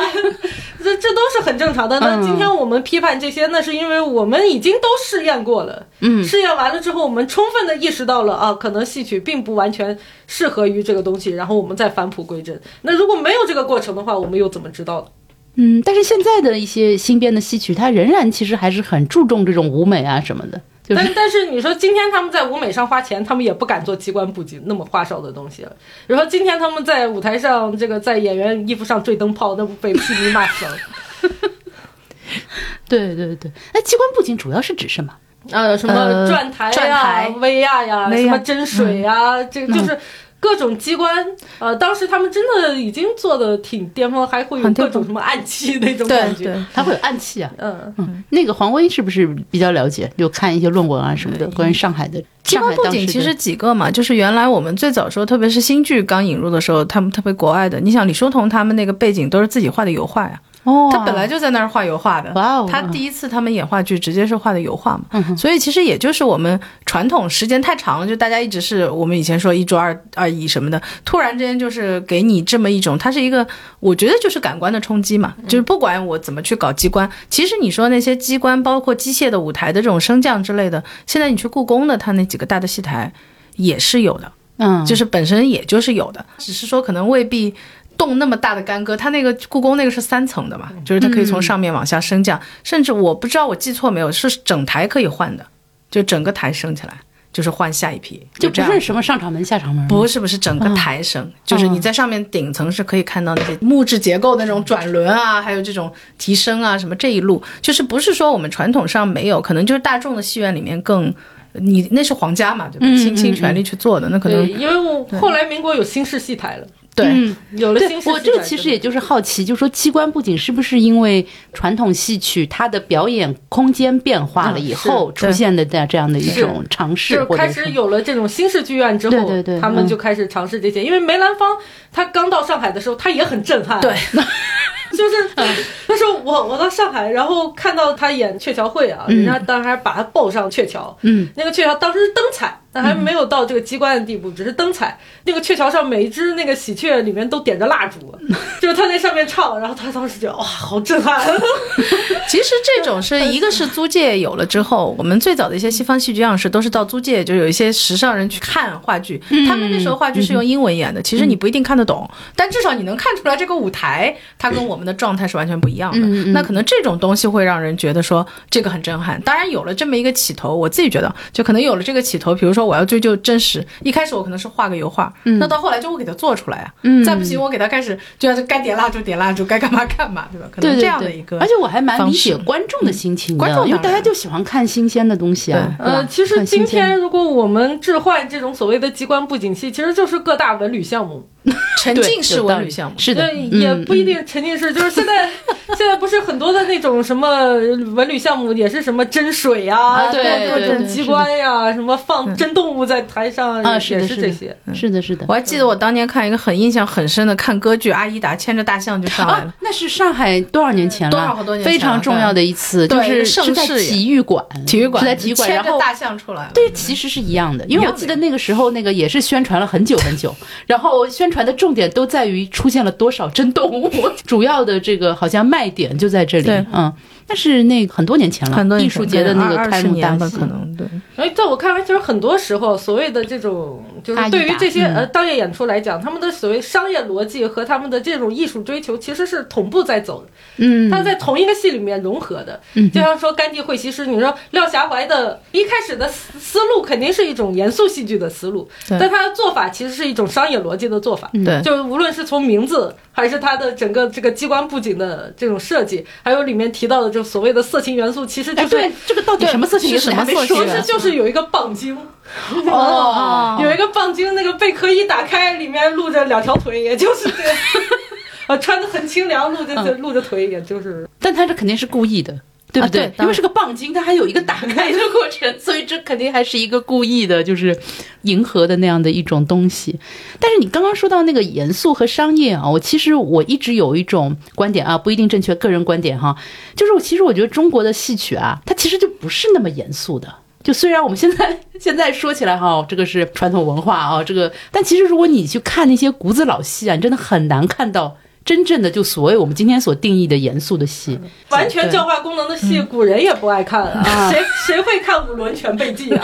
Speaker 3: 这这都是很正常的。那
Speaker 1: 嗯
Speaker 3: 今天我们批判这些，那是因为我们已经都试验过了。嗯，试验完了之后，我们充分的意识到了啊，可能戏曲并不完全适合于这个东西，然后我们再返璞归真。那如果没有这个过程的话，我们又怎么知道呢？
Speaker 1: 嗯，但是现在的一些新编的戏曲，它仍然其实还是很注重这种舞美啊什么的，就是
Speaker 3: 但但是你说今天他们在舞美上花钱，他们也不敢做机关布景那么花哨的东西了。比如说今天他们在舞台上这个在演员衣服上坠灯泡，那不
Speaker 2: *laughs*
Speaker 3: 被戏迷骂死了。
Speaker 1: 对对对。那机关布景主要是指什么？
Speaker 3: 呃，什么
Speaker 2: 呃
Speaker 3: 转台
Speaker 2: 转
Speaker 3: 呀
Speaker 2: 台、嗯
Speaker 3: 威亚呀、
Speaker 2: 威亚
Speaker 3: 什么真水呀，这个
Speaker 2: 嗯
Speaker 3: 就是各种机关。呃，当时他们真的已经做的挺巅峰，还会有
Speaker 2: 很
Speaker 3: 各
Speaker 2: 巅峰
Speaker 3: 种什么暗器那种
Speaker 2: 对
Speaker 3: 感觉。
Speaker 2: 对，
Speaker 1: 它会有暗器啊。
Speaker 3: 嗯，
Speaker 1: 那个黄威是不是比较了解？就看一些论文啊什么的，关于上海的。
Speaker 2: 机
Speaker 1: 上
Speaker 2: 关
Speaker 1: 海
Speaker 2: 布
Speaker 1: 当时
Speaker 2: 景
Speaker 1: 的
Speaker 2: 其实几个嘛，就是原来我们最早说，特别是新剧刚引入的时候，他们特别国外的，你想李叔同他们那个背景都是自己画的油画呀、
Speaker 1: 哦，
Speaker 2: 他本来就在那儿画油画的。
Speaker 1: 哇哦，
Speaker 2: 他第一次他们演话剧直接是画的油画嘛，
Speaker 1: 嗯哼
Speaker 2: 所以其实也就是我们传统时间太长了，就大家一直是我们以前说一桌二二椅什么的，突然之间就是给你这么一种，它是一个我觉得就是感官的冲击嘛，
Speaker 1: 嗯
Speaker 2: 就是不管我怎么去搞机关，其实你说那些机关，包括机械的舞台的这种升降之类的，现在你去故宫的它那几个大的戏台也是有的，
Speaker 1: 嗯，
Speaker 2: 就是本身也就是有的，只是说可能未必动那么大的干戈。它那个故宫那个是三层的嘛，就是它可以
Speaker 1: 嗯
Speaker 2: 从上面往下升降，甚至我不知道我记错没有，是整台可以换的，就整个台升起来，就是换下一批，
Speaker 1: 就
Speaker 2: 这
Speaker 1: 不
Speaker 2: 样
Speaker 1: 是。什嗯么上场门下场门，
Speaker 2: 不是不是整个台升，就是你在上面顶层是可以看到那些木质结构的那种转轮啊，还有这种提升啊，什么这一路，就是不是说我们传统上没有，可能就是大众的戏院里面更，你那是皇家嘛，对吧？
Speaker 1: 嗯
Speaker 2: 倾倾
Speaker 1: 嗯
Speaker 2: 全力去做的，那可能
Speaker 3: 对，因为我后来民国有新式戏台了，
Speaker 2: 对
Speaker 1: 嗯
Speaker 3: 有了
Speaker 1: 对
Speaker 3: 新式戏台之后。
Speaker 1: 我这个其实也就是好奇，就说机关布景是不是因为传统戏曲它的表演空间变化了以后
Speaker 2: 嗯是对
Speaker 1: 出现的这样这样的一
Speaker 3: 是
Speaker 1: 种尝试，
Speaker 3: 就
Speaker 1: 或
Speaker 3: 开
Speaker 1: 者
Speaker 3: 始
Speaker 1: 是
Speaker 3: 有了这种新式剧院之后，
Speaker 1: 对对对
Speaker 3: 他们
Speaker 1: 嗯
Speaker 3: 就开始尝试这些。因为梅兰芳他刚到上海的时候，他也很震撼，
Speaker 2: 对，
Speaker 3: *laughs* 就是
Speaker 1: 嗯
Speaker 3: 那时候我我到上海，然后看到他演《鹊桥会》啊，
Speaker 1: 嗯
Speaker 3: 人家当时还把他抱上鹊桥，
Speaker 1: 嗯
Speaker 3: 那个鹊桥当时是灯彩，那还没有到这个机关的地步，只是灯彩。那个鹊桥上每一只那个喜鹊里面都点着
Speaker 1: *laughs*
Speaker 3: 蜡烛，就是他在上面唱，然后他当时觉得哇，好震撼。
Speaker 2: *laughs* 其实这种是一个是租界有了之后，我们最早的一些西方戏剧样式都是到租界，就有一些时尚人去看话剧，
Speaker 1: 嗯
Speaker 2: 他们那时候话剧是用英文演的，其实你不一定看得懂，但至少你能看出来这个舞台它跟我们的状态是完全不一样
Speaker 1: 嗯
Speaker 2: 的。那可能这种东西会让人觉得说这个很震撼。当然有了这么一个起头，我自己觉得就可能有了这个起头，比如说我要追求真实，一开始我可能是画个油画，
Speaker 1: 嗯
Speaker 2: 那到后来就我给它做出来啊，再不行我给它开始就要是该点蜡烛点蜡烛，该干嘛干嘛，对吧？可
Speaker 1: 对
Speaker 2: 能
Speaker 1: 对
Speaker 2: 这样的一
Speaker 1: 对
Speaker 2: 个，
Speaker 1: 而且我还蛮理解
Speaker 2: 方式嗯
Speaker 1: 观众的心情的，
Speaker 2: 观众
Speaker 1: 因为
Speaker 2: 当
Speaker 1: 大家
Speaker 2: 然
Speaker 1: 就喜欢看新鲜的东西啊。对吧
Speaker 3: 呃，其实
Speaker 1: 看新
Speaker 3: 今
Speaker 1: 鲜
Speaker 3: 天如果我们置换这种所谓的机关布景戏，其实就是各大文旅项目。
Speaker 2: 沉
Speaker 1: 对
Speaker 2: 浸呃式
Speaker 1: 有道
Speaker 2: 文旅
Speaker 1: 理
Speaker 2: 项目。
Speaker 1: 是的，嗯
Speaker 3: 对，也不一定沉浸式，就是现在现在不是很多的那种什么文旅项目，也是什么真水呀、
Speaker 1: 啊
Speaker 3: 各
Speaker 1: 对
Speaker 3: 各
Speaker 1: 对
Speaker 3: 种
Speaker 1: 对
Speaker 3: 机
Speaker 1: 是的嗯
Speaker 3: 关呀、什么放真动物在台上，
Speaker 1: 啊
Speaker 3: 也
Speaker 1: 是的
Speaker 3: 也
Speaker 1: 是的
Speaker 3: 这些。
Speaker 2: 嗯
Speaker 1: 是的，是的
Speaker 2: 我。还记得我当年看一个很印象很深的，看歌剧《阿依达》，牵着大象就上来了
Speaker 1: 啊。，那是上海多少年前了？
Speaker 2: 多少好多年前
Speaker 1: 非
Speaker 2: 了
Speaker 1: 常重要的一次，
Speaker 2: 对
Speaker 1: 就
Speaker 2: 一
Speaker 1: 是
Speaker 2: 个盛
Speaker 1: 是在
Speaker 2: 世也
Speaker 1: 体育馆，
Speaker 2: 体育馆
Speaker 1: 是在体育馆，
Speaker 2: 牵
Speaker 1: 然
Speaker 2: 着
Speaker 1: 后
Speaker 2: 大象出来了。
Speaker 1: 对，其实是一样的，因为我记得那个时候那个也是宣传了很久很久，然后宣传的重点都在于出现了多少真动物， *laughs* 主要的这个好像卖点就在这里
Speaker 2: 对，
Speaker 1: 嗯。但是那个很多年前了，
Speaker 2: 很多
Speaker 1: 嗯艺术节的那个开幕大
Speaker 2: 的
Speaker 1: 戏
Speaker 2: 可，能对，
Speaker 3: 哎，在我看来，其实很多时候所谓的这种，就
Speaker 1: 阿依
Speaker 3: 是对于
Speaker 1: 达
Speaker 3: 这些
Speaker 1: 嗯
Speaker 3: 呃商业演出来讲，他们的所谓商业逻辑和他们的这种艺术追求，其实是同步在走的。
Speaker 1: 嗯，
Speaker 3: 它在同一个戏里面融合的，
Speaker 1: 嗯
Speaker 3: 就像说甘地会西施，你说廖霞怀的一开始的思思路肯定是一种严肃戏剧的思路，
Speaker 2: 对
Speaker 3: 但他的做法其实是一种商业逻辑的做法，
Speaker 1: 嗯
Speaker 2: 对
Speaker 3: 就是无论是从名字还是他的整个这个机关布景的这种设计，还有里面提到的就所谓的色情元素，其实就
Speaker 1: 哎，
Speaker 3: 是、
Speaker 1: 对，这个到底什么色情元素
Speaker 2: 是什
Speaker 1: 还
Speaker 2: 么
Speaker 1: 没
Speaker 2: 色情啊
Speaker 1: 说
Speaker 3: 其
Speaker 2: 元
Speaker 1: 呢
Speaker 3: 实
Speaker 2: 素？
Speaker 3: 就是有一个棒精，
Speaker 1: 哦
Speaker 3: 有一个棒精，那个贝壳一打开，里面露着两条腿，也就是这样。呃，穿的很清凉，露着
Speaker 1: 嗯
Speaker 3: 露着腿，也就是
Speaker 1: 但他这肯定是故意的，对不
Speaker 2: 啊对当然
Speaker 1: 因为是个棒精，它还有一个打开的过程，所以这肯定还是一个故意的，就是迎合的那样的一种东西。但是你刚刚说到那个严肃和商业啊，我其实我一直有一种观点啊，不一定正确，个人观点哈，就是我其实我觉得中国的戏曲啊，它其实就不是那么严肃的。就虽然我们现在 *laughs* 现在说起来哈、这个是传统文化啊，这个，但其实如果你去看那些古子老戏啊，你真的很难看到真正的就所谓我们今天所定义的严肃的戏。
Speaker 3: 完全教化功能的
Speaker 1: 嗯
Speaker 3: 戏，古人也不爱看啊，谁谁会看五轮全背记啊？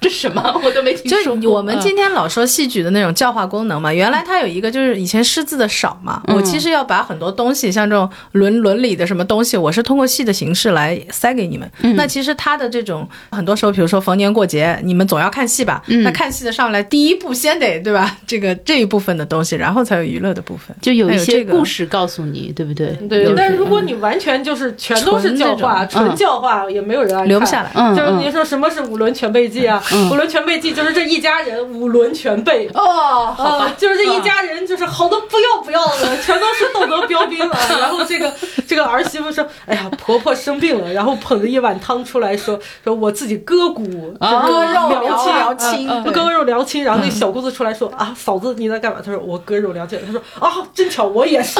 Speaker 1: 这什么我都没听
Speaker 2: 就
Speaker 1: 说嗯
Speaker 2: 是
Speaker 1: 过。
Speaker 2: 我们今天老说戏剧的那种教化功能嘛，原来它有一个就是以前识字的少嘛，我其实要把很多东西，像这种伦伦理的什么东西，我是通过戏的形式来塞给你们。那其实它的这种呃很多时候，比如说逢年过节，你们总要看戏吧？那看戏的上来，第一步先得对吧？这个这一部分的东西，然后才有娱乐的部分。
Speaker 1: 就有一
Speaker 2: 还
Speaker 1: 些
Speaker 2: 有这个
Speaker 1: 故事告诉你，对不对？
Speaker 3: 对，
Speaker 1: 有
Speaker 3: 但
Speaker 1: 这
Speaker 3: 是
Speaker 1: 个
Speaker 3: 如果你完全就是全都是教化，
Speaker 1: 纯那种
Speaker 3: 纯教化，也没有人爱看
Speaker 2: 留不下来。
Speaker 1: 嗯
Speaker 3: 就是
Speaker 1: 嗯
Speaker 3: 您说什么是五轮全背记啊？五轮全背记就是这一家人五轮全背。
Speaker 1: 哦，好
Speaker 3: 啊
Speaker 1: 吧，，
Speaker 3: 就是这一家人，就是好的不要不要的，全都是道德标兵啊。然后这个这个儿媳妇说：“哎呀，婆婆生病了。”然后捧着一碗汤出来说：“说我自己割骨，
Speaker 1: 啊
Speaker 3: 就是
Speaker 2: 割肉
Speaker 3: 疗亲
Speaker 2: 疗亲
Speaker 3: 啊
Speaker 2: 对
Speaker 3: 割肉疗亲。”然后那小姑子出来说：“啊，嫂子你在干嘛？”她说：“我割肉疗亲。”她说：“啊，真巧，我也是。”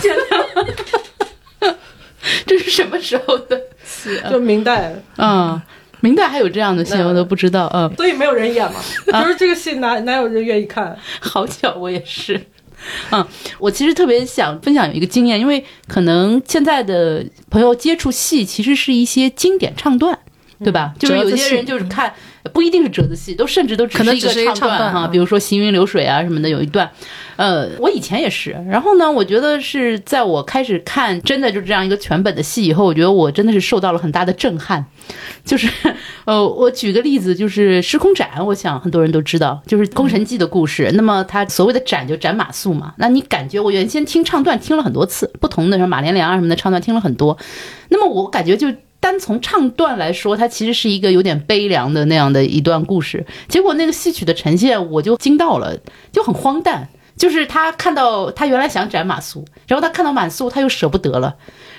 Speaker 3: 见谅，
Speaker 1: 这是什么时候的？
Speaker 3: 就明代，
Speaker 1: 嗯，明代还有这样的戏，
Speaker 3: 那
Speaker 1: 我都不知道。嗯，
Speaker 3: 所以没有人演嘛，就是这个戏哪哪有人愿意看？
Speaker 1: 好巧，我也是。嗯，我其实特别想分享有一个经验，因为可能现在的朋友接触戏其实是一些经典唱段，对吧？嗯就是嗯有些人就是看，不一定是折子戏，都甚至都只
Speaker 2: 可能
Speaker 1: 是一个
Speaker 2: 只是一个
Speaker 1: 唱段
Speaker 2: 唱段
Speaker 1: 哈，
Speaker 2: 嗯
Speaker 1: 比如说《行云流水》啊什么的，有一段。呃，我以前也是，然后呢，我觉得是在我开始看真的就这样一个全本的戏以后，我觉得我真的是受到了很大的震撼，就是呃，我举个例子，就是《时空斩》，我想很多人都知道，就是《宫神记》的故事。那么它所谓的斩就斩马谡嘛。那你感觉我原先听唱段听了很多次，不同的什么马连良啊什么的唱段听了很多。那么我感觉就单从唱段来说，它其实是一个有点悲凉的那样的一段故事。结果那个戏曲的呈现，我就惊到了，就很荒诞。就是他看到他原来想斩马谡，然后他看到马谡，他又舍不得了。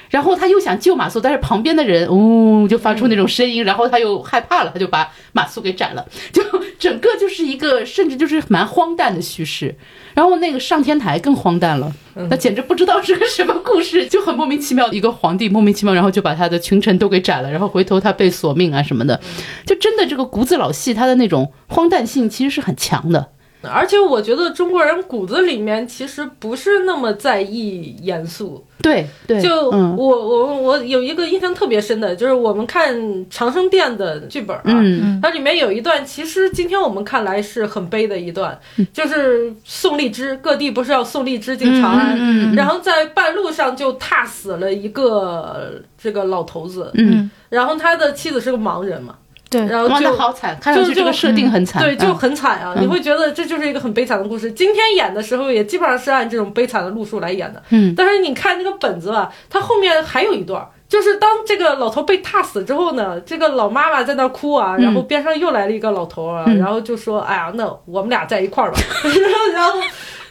Speaker 1: 然后他又想救马谡，但是旁边的人呜、就发出那种声音，然后他又害怕了，他就把马谡给斩了。就整个就是一个，甚至就是蛮荒诞的叙事。然后那个上天台更荒诞了，那简直不知道是个什么故事，就很莫名其妙。一个皇帝莫名其妙，然后就把他的群臣都给斩了，然后回头他被索命啊什么的，就真的这个古子老戏，它的那种荒诞性其实是很强的。
Speaker 3: 而且我觉得中国人骨子里面其实不是那么在意严肃，
Speaker 1: 对对，
Speaker 3: 就我
Speaker 1: 嗯
Speaker 3: 我我有一个印象特别深的，就是我们看《长生殿》的剧本啊，
Speaker 1: 嗯
Speaker 3: 它里面有一段，其实今天我们看来是很悲的一段，
Speaker 1: 嗯
Speaker 3: 就是宋荔枝各地不是要送荔枝进长安，
Speaker 1: 嗯嗯嗯
Speaker 3: 然后在半路上就踏死了一个这个老头子，
Speaker 1: 嗯，
Speaker 3: 然后他的妻子是个盲人嘛，
Speaker 2: 对
Speaker 3: 然后
Speaker 1: 哇，
Speaker 3: 就
Speaker 1: 那好惨，看上去
Speaker 3: 就
Speaker 1: 这个设定很惨，
Speaker 3: 对，就
Speaker 1: 嗯
Speaker 3: 很惨啊！
Speaker 1: 嗯
Speaker 3: 你会觉得这就是一个很悲惨的故事。今天演的时候也基本上是按这种悲惨的路数来演的。
Speaker 1: 嗯
Speaker 3: 但是你看这个本子吧，它后面还有一段儿。就是当这个老头被踏死之后呢，这个老妈妈在那儿哭啊，然
Speaker 1: 嗯
Speaker 3: 后边上又来了一个老头啊，然后就说：“哎呀，那我们俩在一块儿吧。” *laughs* 然后，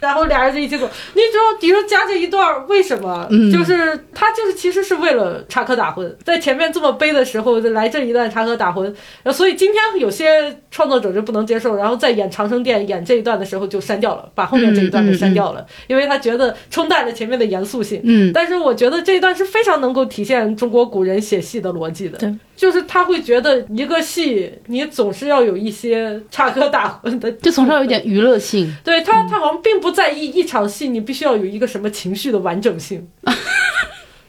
Speaker 3: 然后俩人就一起走。你知道，你说加这一段儿为什么？
Speaker 1: 嗯
Speaker 3: 就是他就是其实是为了插科打诨，在前面这么悲的时候来这一段插科打诨，呃，所以今天有些创作者就不能接受，然后在演《长生殿》演这一段的时候就删掉了，把后面这一段给删掉了，因为他觉得冲淡了前面的严肃性。
Speaker 1: 嗯
Speaker 3: 但是我觉得这一段是非常能够体现中国古人写戏的逻辑的
Speaker 2: 对，
Speaker 3: 就是他会觉得一个戏你总是要有一些插科打诨的，
Speaker 1: 就从这儿有点娱乐性。
Speaker 3: 对他他好像并不在意一场戏你必须要有一个什么情绪的完整性。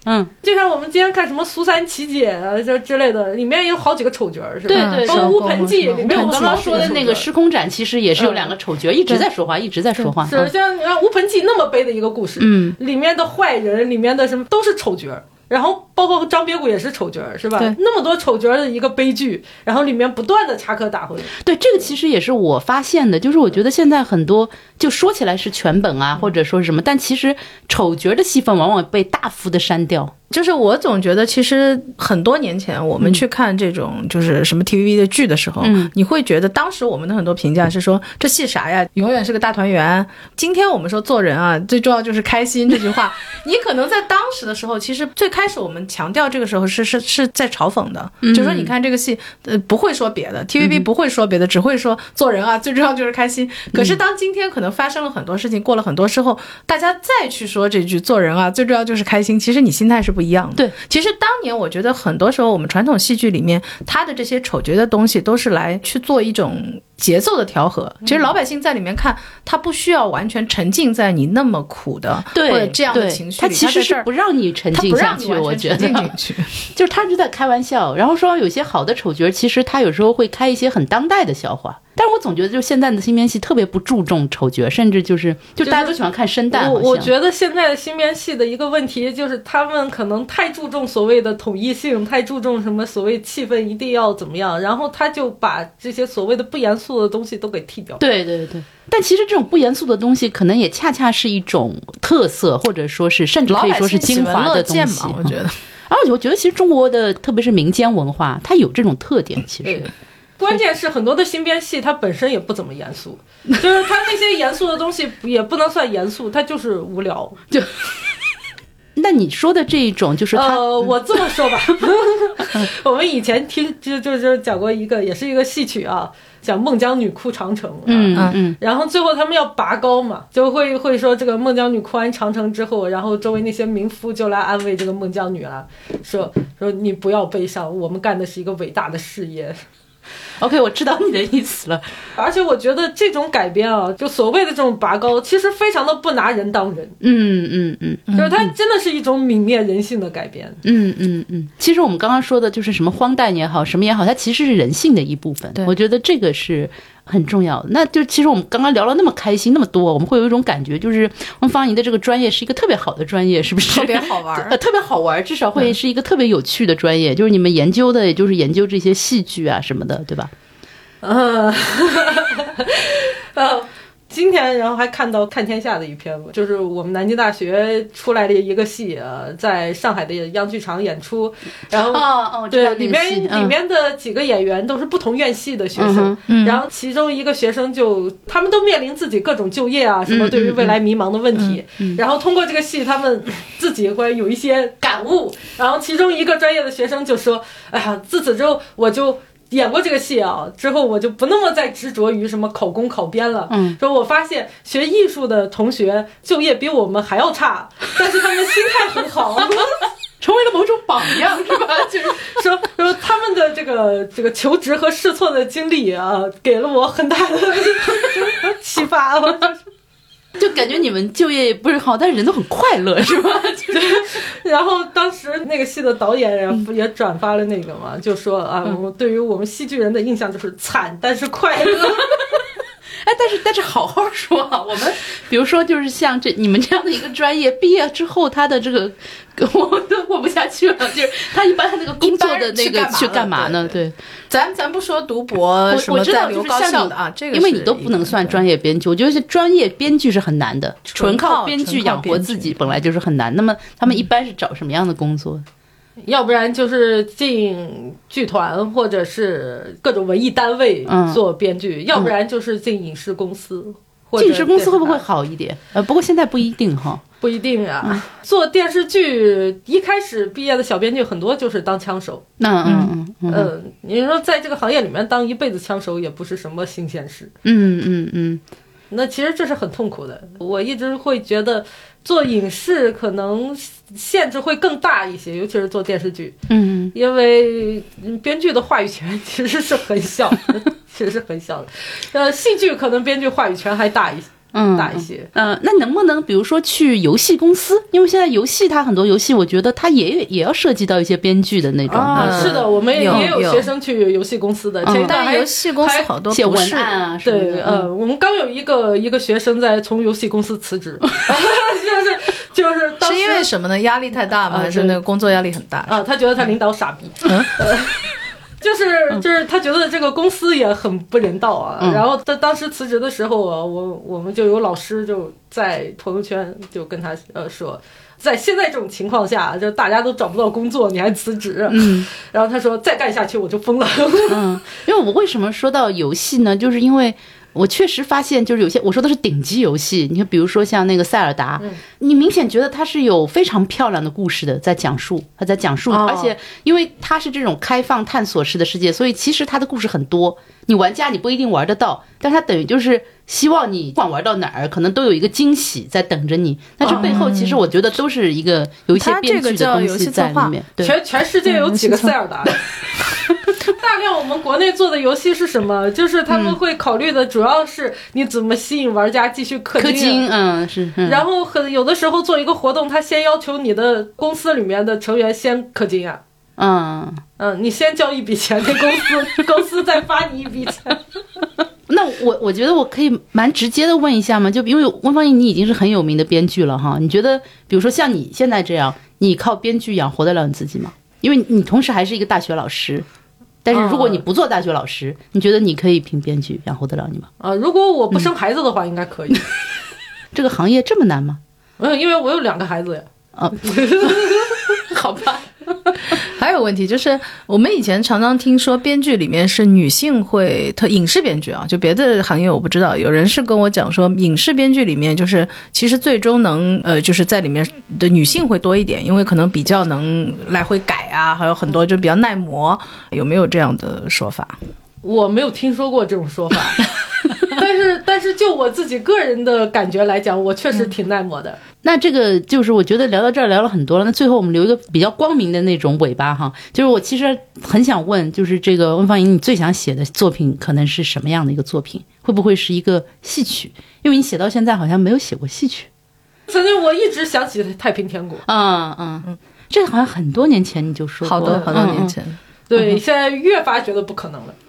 Speaker 1: 嗯，
Speaker 3: 就像我们今天看什么《苏三起解》啊，这之类的，里面有好几个丑角儿，是吧？
Speaker 1: 对
Speaker 2: 嗯
Speaker 1: 对
Speaker 3: 包括
Speaker 2: 手
Speaker 3: 乌
Speaker 2: 工
Speaker 3: 盆
Speaker 2: 啊
Speaker 3: 记
Speaker 2: 什么
Speaker 3: 里
Speaker 1: 没
Speaker 3: 面
Speaker 1: 有
Speaker 3: 有
Speaker 1: 我刚
Speaker 3: 好几
Speaker 1: 刚说的那
Speaker 3: 丑
Speaker 1: 个
Speaker 3: 角儿
Speaker 1: 时嗯空展，其实也是有两个丑角一直在说话，一直在说话。
Speaker 3: 是像你看乌盆记那么悲的一个故事，
Speaker 1: 嗯，
Speaker 3: 里面的坏人，里面的什么都是丑角儿。然后包括张别谷也是丑角儿，是吧
Speaker 2: 对？
Speaker 3: 那么多丑角儿的一个悲剧，然后里面不断的插科打诨，
Speaker 1: 对，这个其实也是我发现的，就是我觉得现在很多就说起来是全本啊，或者说是什么，但其实丑角的戏份往往被大幅的删掉。
Speaker 2: 就是我总觉得，其实很多年前我们去看这种就是什么 TVB 的剧的时候，
Speaker 1: 嗯
Speaker 2: 你会觉得当时我们的很多评价是说这戏啥呀，永远是个大团圆。今天我们说做人啊，最重要就是开心这句话， *laughs* 你可能在当时的时候，其实最开始我们强调这个时候是是是在嘲讽的，就说你看这个戏，呃，不会说别的，TVB 不会说别的，只会说做人啊，最重要就是开心。可
Speaker 1: 嗯
Speaker 2: 是当今天可能发生了很多事情，过了很多之后，大家再去说这句做人啊，最重要就是开心，其实你心态是不一样的。
Speaker 1: 对，
Speaker 2: 其实当年我觉得很多时候我们传统戏剧里面，它的这些丑角的东西都是来去做一种。节奏的调和，
Speaker 1: 嗯
Speaker 2: 其实老百姓在里面看，他不需要完全沉浸在你那么苦的
Speaker 1: 对，
Speaker 2: 或者这样的
Speaker 1: 对
Speaker 2: 情绪
Speaker 1: 它
Speaker 2: 里，
Speaker 1: 其实
Speaker 2: 在这
Speaker 1: 是
Speaker 2: 儿
Speaker 1: 不让你沉
Speaker 2: 他
Speaker 1: 浸
Speaker 2: 不
Speaker 1: 下
Speaker 2: 让你
Speaker 1: 去，
Speaker 2: 完
Speaker 1: 我
Speaker 2: 全
Speaker 1: 觉
Speaker 2: 沉
Speaker 1: 得
Speaker 2: 浸
Speaker 1: *laughs*
Speaker 2: 进 *laughs* 去。
Speaker 1: 就是他就在开玩笑，然后说有些好的丑角，其实他有时候会开一些很当代的笑话。但是我总觉得，就现在的新编戏特别不注重丑角，甚至就是就大家都喜欢看生旦，
Speaker 3: 我
Speaker 1: 好
Speaker 3: 我
Speaker 1: 像
Speaker 3: 觉得现在的新编戏的一个问题就是，他们可能太注重所谓的统一性，太注重什么所谓气氛一定要怎么样，然后他就把这些所谓的不严肃的东西都给剃掉。
Speaker 1: 对对对。但其实这种不严肃的东西，可能也恰恰是一种特色，或者说是甚至
Speaker 2: 老
Speaker 1: 可以
Speaker 2: 百
Speaker 1: 说
Speaker 2: 姓
Speaker 1: 是精
Speaker 2: 喜闻
Speaker 1: 华
Speaker 2: 乐
Speaker 1: 的东
Speaker 2: 见
Speaker 1: 西。
Speaker 2: 嘛，我觉得。
Speaker 1: 而且我觉得，其实中国的特别是民间文化，它有这种特点。其实，
Speaker 3: 关键是很多的新编戏它本身也不怎么严肃，就是它那些严肃的东西也不能算严肃，它就是无聊。
Speaker 1: 那你说的这种，就是它、
Speaker 3: 呃，我这么 *laughs* 说吧，我们以前听就就就讲过一个，也是一个戏曲啊，讲孟姜女哭长城、啊，
Speaker 1: 嗯嗯
Speaker 3: 然后最后他们要拔高嘛，就会会说这个孟姜女哭完长城之后，然后周围那些民夫就来安慰这个孟姜女啊，说说你不要悲伤，我们干的是一个伟大的事业。
Speaker 1: ，OK，我知道你的意思了。
Speaker 3: 而且我觉得这种改编啊，就所谓的这种拔高，其实非常的不拿人当人，
Speaker 1: 嗯嗯嗯
Speaker 3: 就是它真的是一种泯灭人性的改编。
Speaker 1: 嗯嗯嗯。其实我们刚刚说的就是什么荒诞也好，什么也好，它其实是人性的一部分
Speaker 2: 对。
Speaker 1: 我觉得这个是很重要的。那就其实我们刚刚聊了那么开心，那么多，我们会有一种感觉，就是汪芳怡的这个专业是一个特别好的专业，是不是？
Speaker 2: 特别好玩儿
Speaker 1: *laughs* 呃，特别好玩儿，至少会是一个特别有趣的专业。就是你们研究的，也就是研究这些戏剧啊什么的，对吧？
Speaker 3: *laughs* 嗯，呃，今天然后还看到《看天下》的一篇文，就是我们南京大学出来的一个戏，呃，在上海的央剧场演出，然后。
Speaker 1: 哦哦
Speaker 3: 对，里面里面的几个演员都是不同院系的学生，
Speaker 2: 嗯
Speaker 3: 然后其中一个学生就他们都面临自己各种就业啊，什么对于未来迷茫的问题，然后通过这个戏，他们自己会有一些感悟。然后其中一个专业的学生就说：“哎呀，自此之后我就。”演过这个戏啊，之后我就不那么再执着于什么考公考编了。
Speaker 1: 嗯，
Speaker 3: 说我发现学艺术的同学就业比我们还要差，但是他们心态很好。
Speaker 1: 成为了某种榜样，是吧？就是
Speaker 3: *laughs* 说说他们的这个这个求职和试错的经历啊，给了我很大的 *laughs* 启发。啊我就是
Speaker 1: *laughs* 就感觉你们就业不是好，但是人都很快乐，是 *laughs* 吧？
Speaker 3: *laughs* 然后当时那个戏的导演
Speaker 1: 嗯
Speaker 3: 也也转发了那个嘛，就说啊，我们对于我们戏剧人的印象就是惨，但是
Speaker 1: *laughs*
Speaker 3: 快乐。
Speaker 1: 哎，但是但是好好说啊，我们比如说就是像这你们这样的一个专业，毕业之后他的这个 *laughs* 我都过不下去了，就是他一般他那个工作的那
Speaker 2: 一般
Speaker 1: 个
Speaker 2: 人
Speaker 1: 去
Speaker 2: 去
Speaker 1: 干
Speaker 2: 干
Speaker 1: 嘛
Speaker 2: 嘛
Speaker 1: 呢？
Speaker 2: 呢
Speaker 1: 对，
Speaker 2: 咱咱不说读博什
Speaker 1: 我我
Speaker 2: 么
Speaker 1: 知道
Speaker 2: 在
Speaker 1: 就
Speaker 2: 留
Speaker 1: 是
Speaker 2: 高
Speaker 1: 像
Speaker 2: 校
Speaker 1: 你
Speaker 2: 的啊，这个
Speaker 1: 因为你
Speaker 2: 是
Speaker 1: 都不能
Speaker 2: 一个
Speaker 1: 算
Speaker 2: 对
Speaker 1: 专业编剧，我觉得是专业编剧是很难的，纯
Speaker 2: 纯靠
Speaker 1: 编剧
Speaker 2: 纯靠
Speaker 1: 养活
Speaker 2: 编
Speaker 1: 自
Speaker 2: 剧嗯
Speaker 1: 己本来就是很难。那么他们一般是找什么样的工作？
Speaker 3: 要不然就是进剧团或者是各种文艺单位
Speaker 1: 嗯
Speaker 3: 做编剧，要不然就是进影视公司。或者
Speaker 1: 进视公司会不会
Speaker 3: 电视台
Speaker 1: 好一点？呃，不过现在不一定哈。
Speaker 3: 不一定
Speaker 1: 嗯
Speaker 3: 啊？做电视剧一开始毕业的小编剧很多就是当枪手，
Speaker 1: 那嗯嗯
Speaker 2: 呃
Speaker 1: 嗯
Speaker 3: 嗯，你说在这个行业里面当一辈子枪手也不是什么新鲜事，
Speaker 1: 嗯嗯嗯
Speaker 3: 那其实这是很痛苦的。我一直会觉得做影视可能限制会更大一些，尤其是做电视剧，
Speaker 1: 嗯
Speaker 3: 因为嗯编剧的话语权 *laughs* 其实是很小的， *laughs* 其实是很小的。呃，戏剧可能编剧话语权还大一些，
Speaker 1: 嗯，
Speaker 3: 大一些。
Speaker 1: 呃，那能不能比如说去游戏公司？因为现在游戏它很多游戏，我觉得它也也要涉及到一些编剧的那种，呃
Speaker 3: 啊，
Speaker 2: 嗯
Speaker 3: 是的，我们也
Speaker 2: 有
Speaker 3: 也有
Speaker 2: 有嗯
Speaker 3: 学生去游戏公司的，这一代
Speaker 2: 但
Speaker 3: 还
Speaker 2: 游戏公司好多
Speaker 1: 写
Speaker 2: 不
Speaker 1: 文
Speaker 2: 是
Speaker 1: 案啊什么
Speaker 3: 对，
Speaker 1: 的。
Speaker 3: 呃，我们刚有一个一个学生在从游戏公司辞职，就是就是当时
Speaker 2: 是哦因为什么呢？压力太大吗？
Speaker 3: 啊
Speaker 2: 还是
Speaker 3: 对
Speaker 2: 那个工作压力很大？
Speaker 3: 啊，他觉得他领导傻逼，呃就是就是他觉得这个公司也很不人道啊。然后他当时辞职的时候啊，我我们就有老师就在朋友圈就跟他呃说。在现在这种情况下，就大家都找不到工作，你还辞职？嗯，然后他说再干下去我就疯了。
Speaker 1: 嗯，因为我为什么说到游戏呢？就是因为我确实发现，就是有些我说的是顶级游戏，你看，比如说像那个塞尔达，
Speaker 3: 嗯
Speaker 1: 你明显觉得它是有非常漂亮的故事的，在讲述，它在讲述，
Speaker 3: 哦
Speaker 1: 而且因为它是这种开放探索式的世界，所以其实它的故事很多，你玩家你不一定玩得到，但它等于就是。希望你不管玩到哪儿，可能都有一个惊喜在等着你。但这背后，其实我觉得都是一个有一些
Speaker 2: 它这
Speaker 1: 编
Speaker 2: 个
Speaker 1: 剧的
Speaker 2: 叫
Speaker 1: 东
Speaker 2: 游
Speaker 1: 西
Speaker 2: 戏
Speaker 1: 在
Speaker 2: 策
Speaker 1: 里
Speaker 2: 划
Speaker 1: 面。对，嗯
Speaker 3: 全全世界有几个塞尔达？ *laughs* 大量我们国内做的游戏是什么？就是他们会考虑的主要是你怎么吸引玩家继续氪
Speaker 1: 氪
Speaker 3: 金
Speaker 1: 金，嗯，是，嗯
Speaker 3: 然后很有的时候做一个活动，他先要求你的公司里面的成员先氪金啊，
Speaker 1: 嗯。
Speaker 3: 嗯，你先交一笔钱给公司， *laughs* 公司再发你一笔钱。
Speaker 1: 那我我觉得我可以蛮直接的问一下嘛，就因为汪芳怡你已经是很有名的编剧了哈，你觉得比如说像你现在这样，你靠编剧养活得了你自己吗？因为你同时还是一个大学老师，但是如果你不做大学老师，你觉得你可以凭编剧养活得了你吗？
Speaker 3: 啊，如果我不生孩子的话，应该可以，
Speaker 1: 这个行业这么难吗？
Speaker 3: 嗯，因为我有两个孩子呀。 *laughs*
Speaker 1: 啊，好吧，
Speaker 2: 还有个问题就是，我们以前常常听说编剧里面是女性会，特影视编剧啊，就别的行业我不知道，有人是跟我讲说，影视编剧里面就是其实最终能呃就是在里面的女性会多一点，因为可能比较能来回改啊，还有很多就比较耐磨，有没有这样的说法？
Speaker 3: 我没有听说过这种说法， *laughs* 但是但是就我自己个人的感觉来讲，我确实挺耐磨的。
Speaker 1: 那这个就是我觉得聊到这儿聊了很多了，那最后我们留一个比较光明的那种尾巴哈，就是我其实很想问，就是这个温芳莹，你最想写的作品可能是什么样的一个作品？会不会是一个戏曲？因为你写到现在好像没有写过戏曲。
Speaker 3: 曾经我一直想起《太平天国》，
Speaker 1: 嗯嗯嗯，这好像很多年前你就说过
Speaker 2: 好
Speaker 1: 了，
Speaker 2: 多好多年
Speaker 1: 嗯。
Speaker 2: 前，
Speaker 3: 对，现在越发觉得不可能了，
Speaker 1: 嗯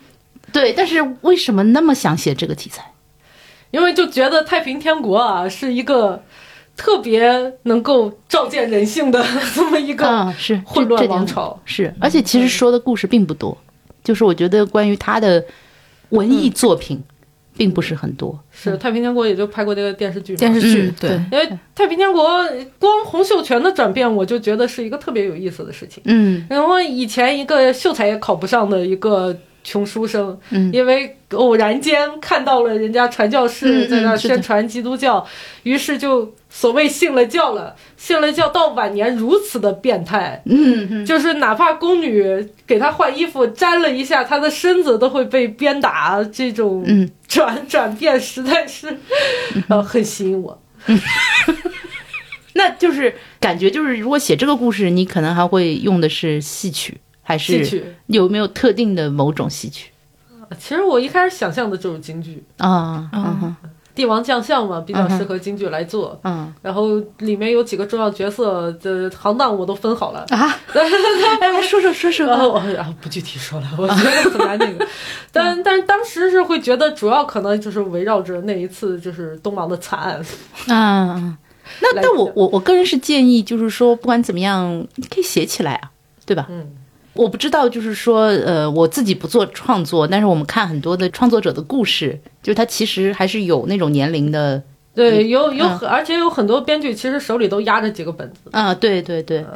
Speaker 1: 对，但是为什么那么想写这个题材？
Speaker 3: 因为就觉得《太平天国》啊是一个特别能够照见人性的这么一个
Speaker 1: 嗯，是
Speaker 3: 混
Speaker 1: 这这
Speaker 3: 乱
Speaker 1: 点
Speaker 3: 王
Speaker 1: 我
Speaker 3: 朝。嗯
Speaker 1: 是，而且其实说的故事并不多，就是我觉得关于他的文艺作品并不是很多。
Speaker 3: 是《太平天国》也就拍过这个电视剧嘛，
Speaker 2: 电视剧
Speaker 1: 嗯
Speaker 2: 对
Speaker 1: 对
Speaker 3: 因为《太平天国》光洪秀全的转变，我就觉得是一个特别有意思的事情。
Speaker 1: 嗯
Speaker 3: 然后以前一个秀才也考不上的一个穷书生，
Speaker 1: 嗯
Speaker 3: 因为偶然间看到了人家传教
Speaker 1: 嗯
Speaker 3: 士
Speaker 1: 嗯
Speaker 3: 在那儿
Speaker 1: 是的
Speaker 3: 宣传基督教，于是就所谓信了教了。信了教到晚年如此的变态，
Speaker 1: 嗯嗯，
Speaker 3: 就是哪怕宫女给他换衣服沾了一下他的身子，都会被鞭打。这种
Speaker 1: 嗯
Speaker 3: *laughs* 转转变实在是，呃，很吸引我。
Speaker 1: *laughs* 那就是感觉就是，如果写这个故事，你可能还会用的是戏曲，还
Speaker 3: 戏
Speaker 1: 是
Speaker 3: 曲。
Speaker 1: 有没有特定的某种戏曲
Speaker 3: 呃其实我一开始想象的就是京剧，
Speaker 1: 啊？嗯哼
Speaker 3: 帝王将相嘛，比较
Speaker 1: 嗯哼
Speaker 3: 适合京剧来做。
Speaker 1: 嗯
Speaker 3: 然后里面有几个重要角色的行当我都分好了，
Speaker 1: 啊，哎，来说说说说
Speaker 3: 然后我然后不具体说了， *laughs* 我觉得很难那个。但但是当时是会觉得，主要可能就是围绕着那一次就是东王的惨案。
Speaker 1: 啊。嗯那
Speaker 3: 来
Speaker 1: 但我
Speaker 3: 自
Speaker 1: 我我个人是建议，就是说不管怎么样，你可以写起来啊，对吧？
Speaker 3: 嗯，
Speaker 1: 我不知道，就是说，呃，我自己不做创作，但是我们看很多的创作者的故事，就是他其实还是有那种年龄的，
Speaker 3: 对，有有很，而且有很多编剧其实手里都压着几个本子。
Speaker 1: 啊，对对对，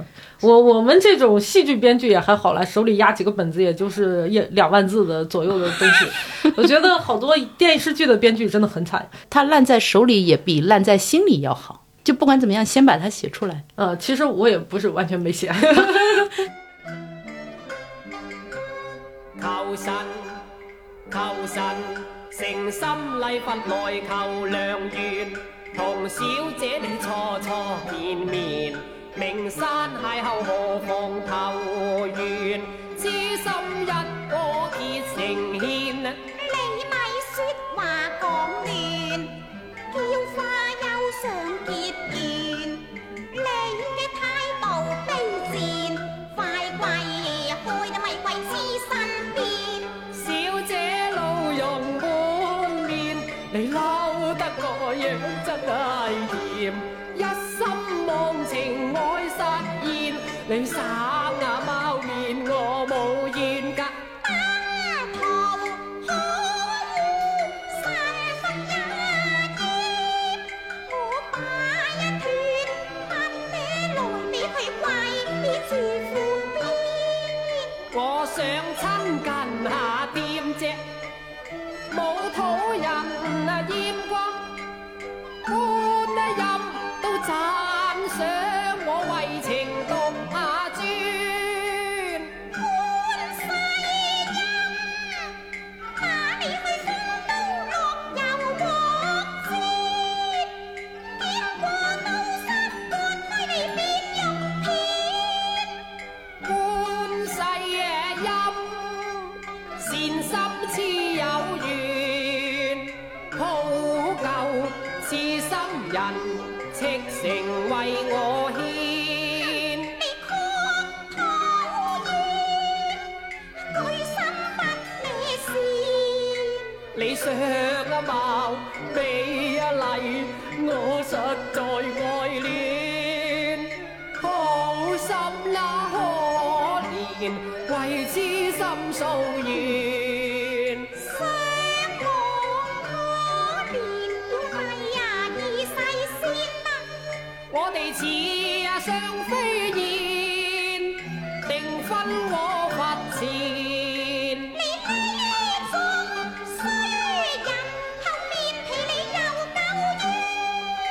Speaker 3: 我我们这种戏剧编剧也还好啦，手里压几个本子，也就是一两万字的左右的东西。我觉得好多电视剧的编剧真的很惨。
Speaker 1: 他烂在手里也比烂在心里要好。就不管怎么样，先把它写出来。
Speaker 3: 呃，其实我也不是完全没写。
Speaker 4: 求神，求神，诚心礼佛來求良緣，同小姐你初初見面，名山邂逅何妨投緣，痴心一顆結成牽。
Speaker 5: 你咪说话講亂，叫花休想結怨。你嘅態度卑賤，快跪開啦咪跪痴身邊。
Speaker 4: 小姐老容滿面，你嬲得個樣真係甜，一心望情愛實現，你耍牙貓面我冇厭㗎。
Speaker 5: 巴桃好三分一劫，我把一斷，問你弄你去跪，你住父邊？
Speaker 4: 我想親近下店啫，冇土人啊厭光，觀音都讚賞我為情動下專。
Speaker 5: 官世人，哪里去風刀落油鑊煎？點過刀山半開你變肉片。
Speaker 4: 官世陰，善心痴有緣，好舊痴心人，赤誠為我獻。
Speaker 5: 你確討厭，居心不理事。
Speaker 4: 你想啊貌美啊麗，我實在愛戀。好心啦可憐，為痴心夙願。
Speaker 5: 相我可憐，要第廿二世先得。
Speaker 4: 我哋似啊雙飛燕，定分我佛前。
Speaker 5: 你睇中衰人，後面被你又狗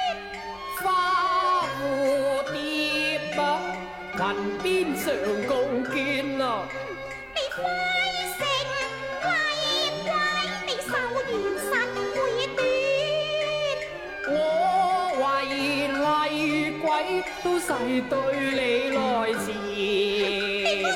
Speaker 5: 怨。
Speaker 4: 花蝴蝶啊，雲邊上共建啊。
Speaker 5: 你快成為都誓對你來前。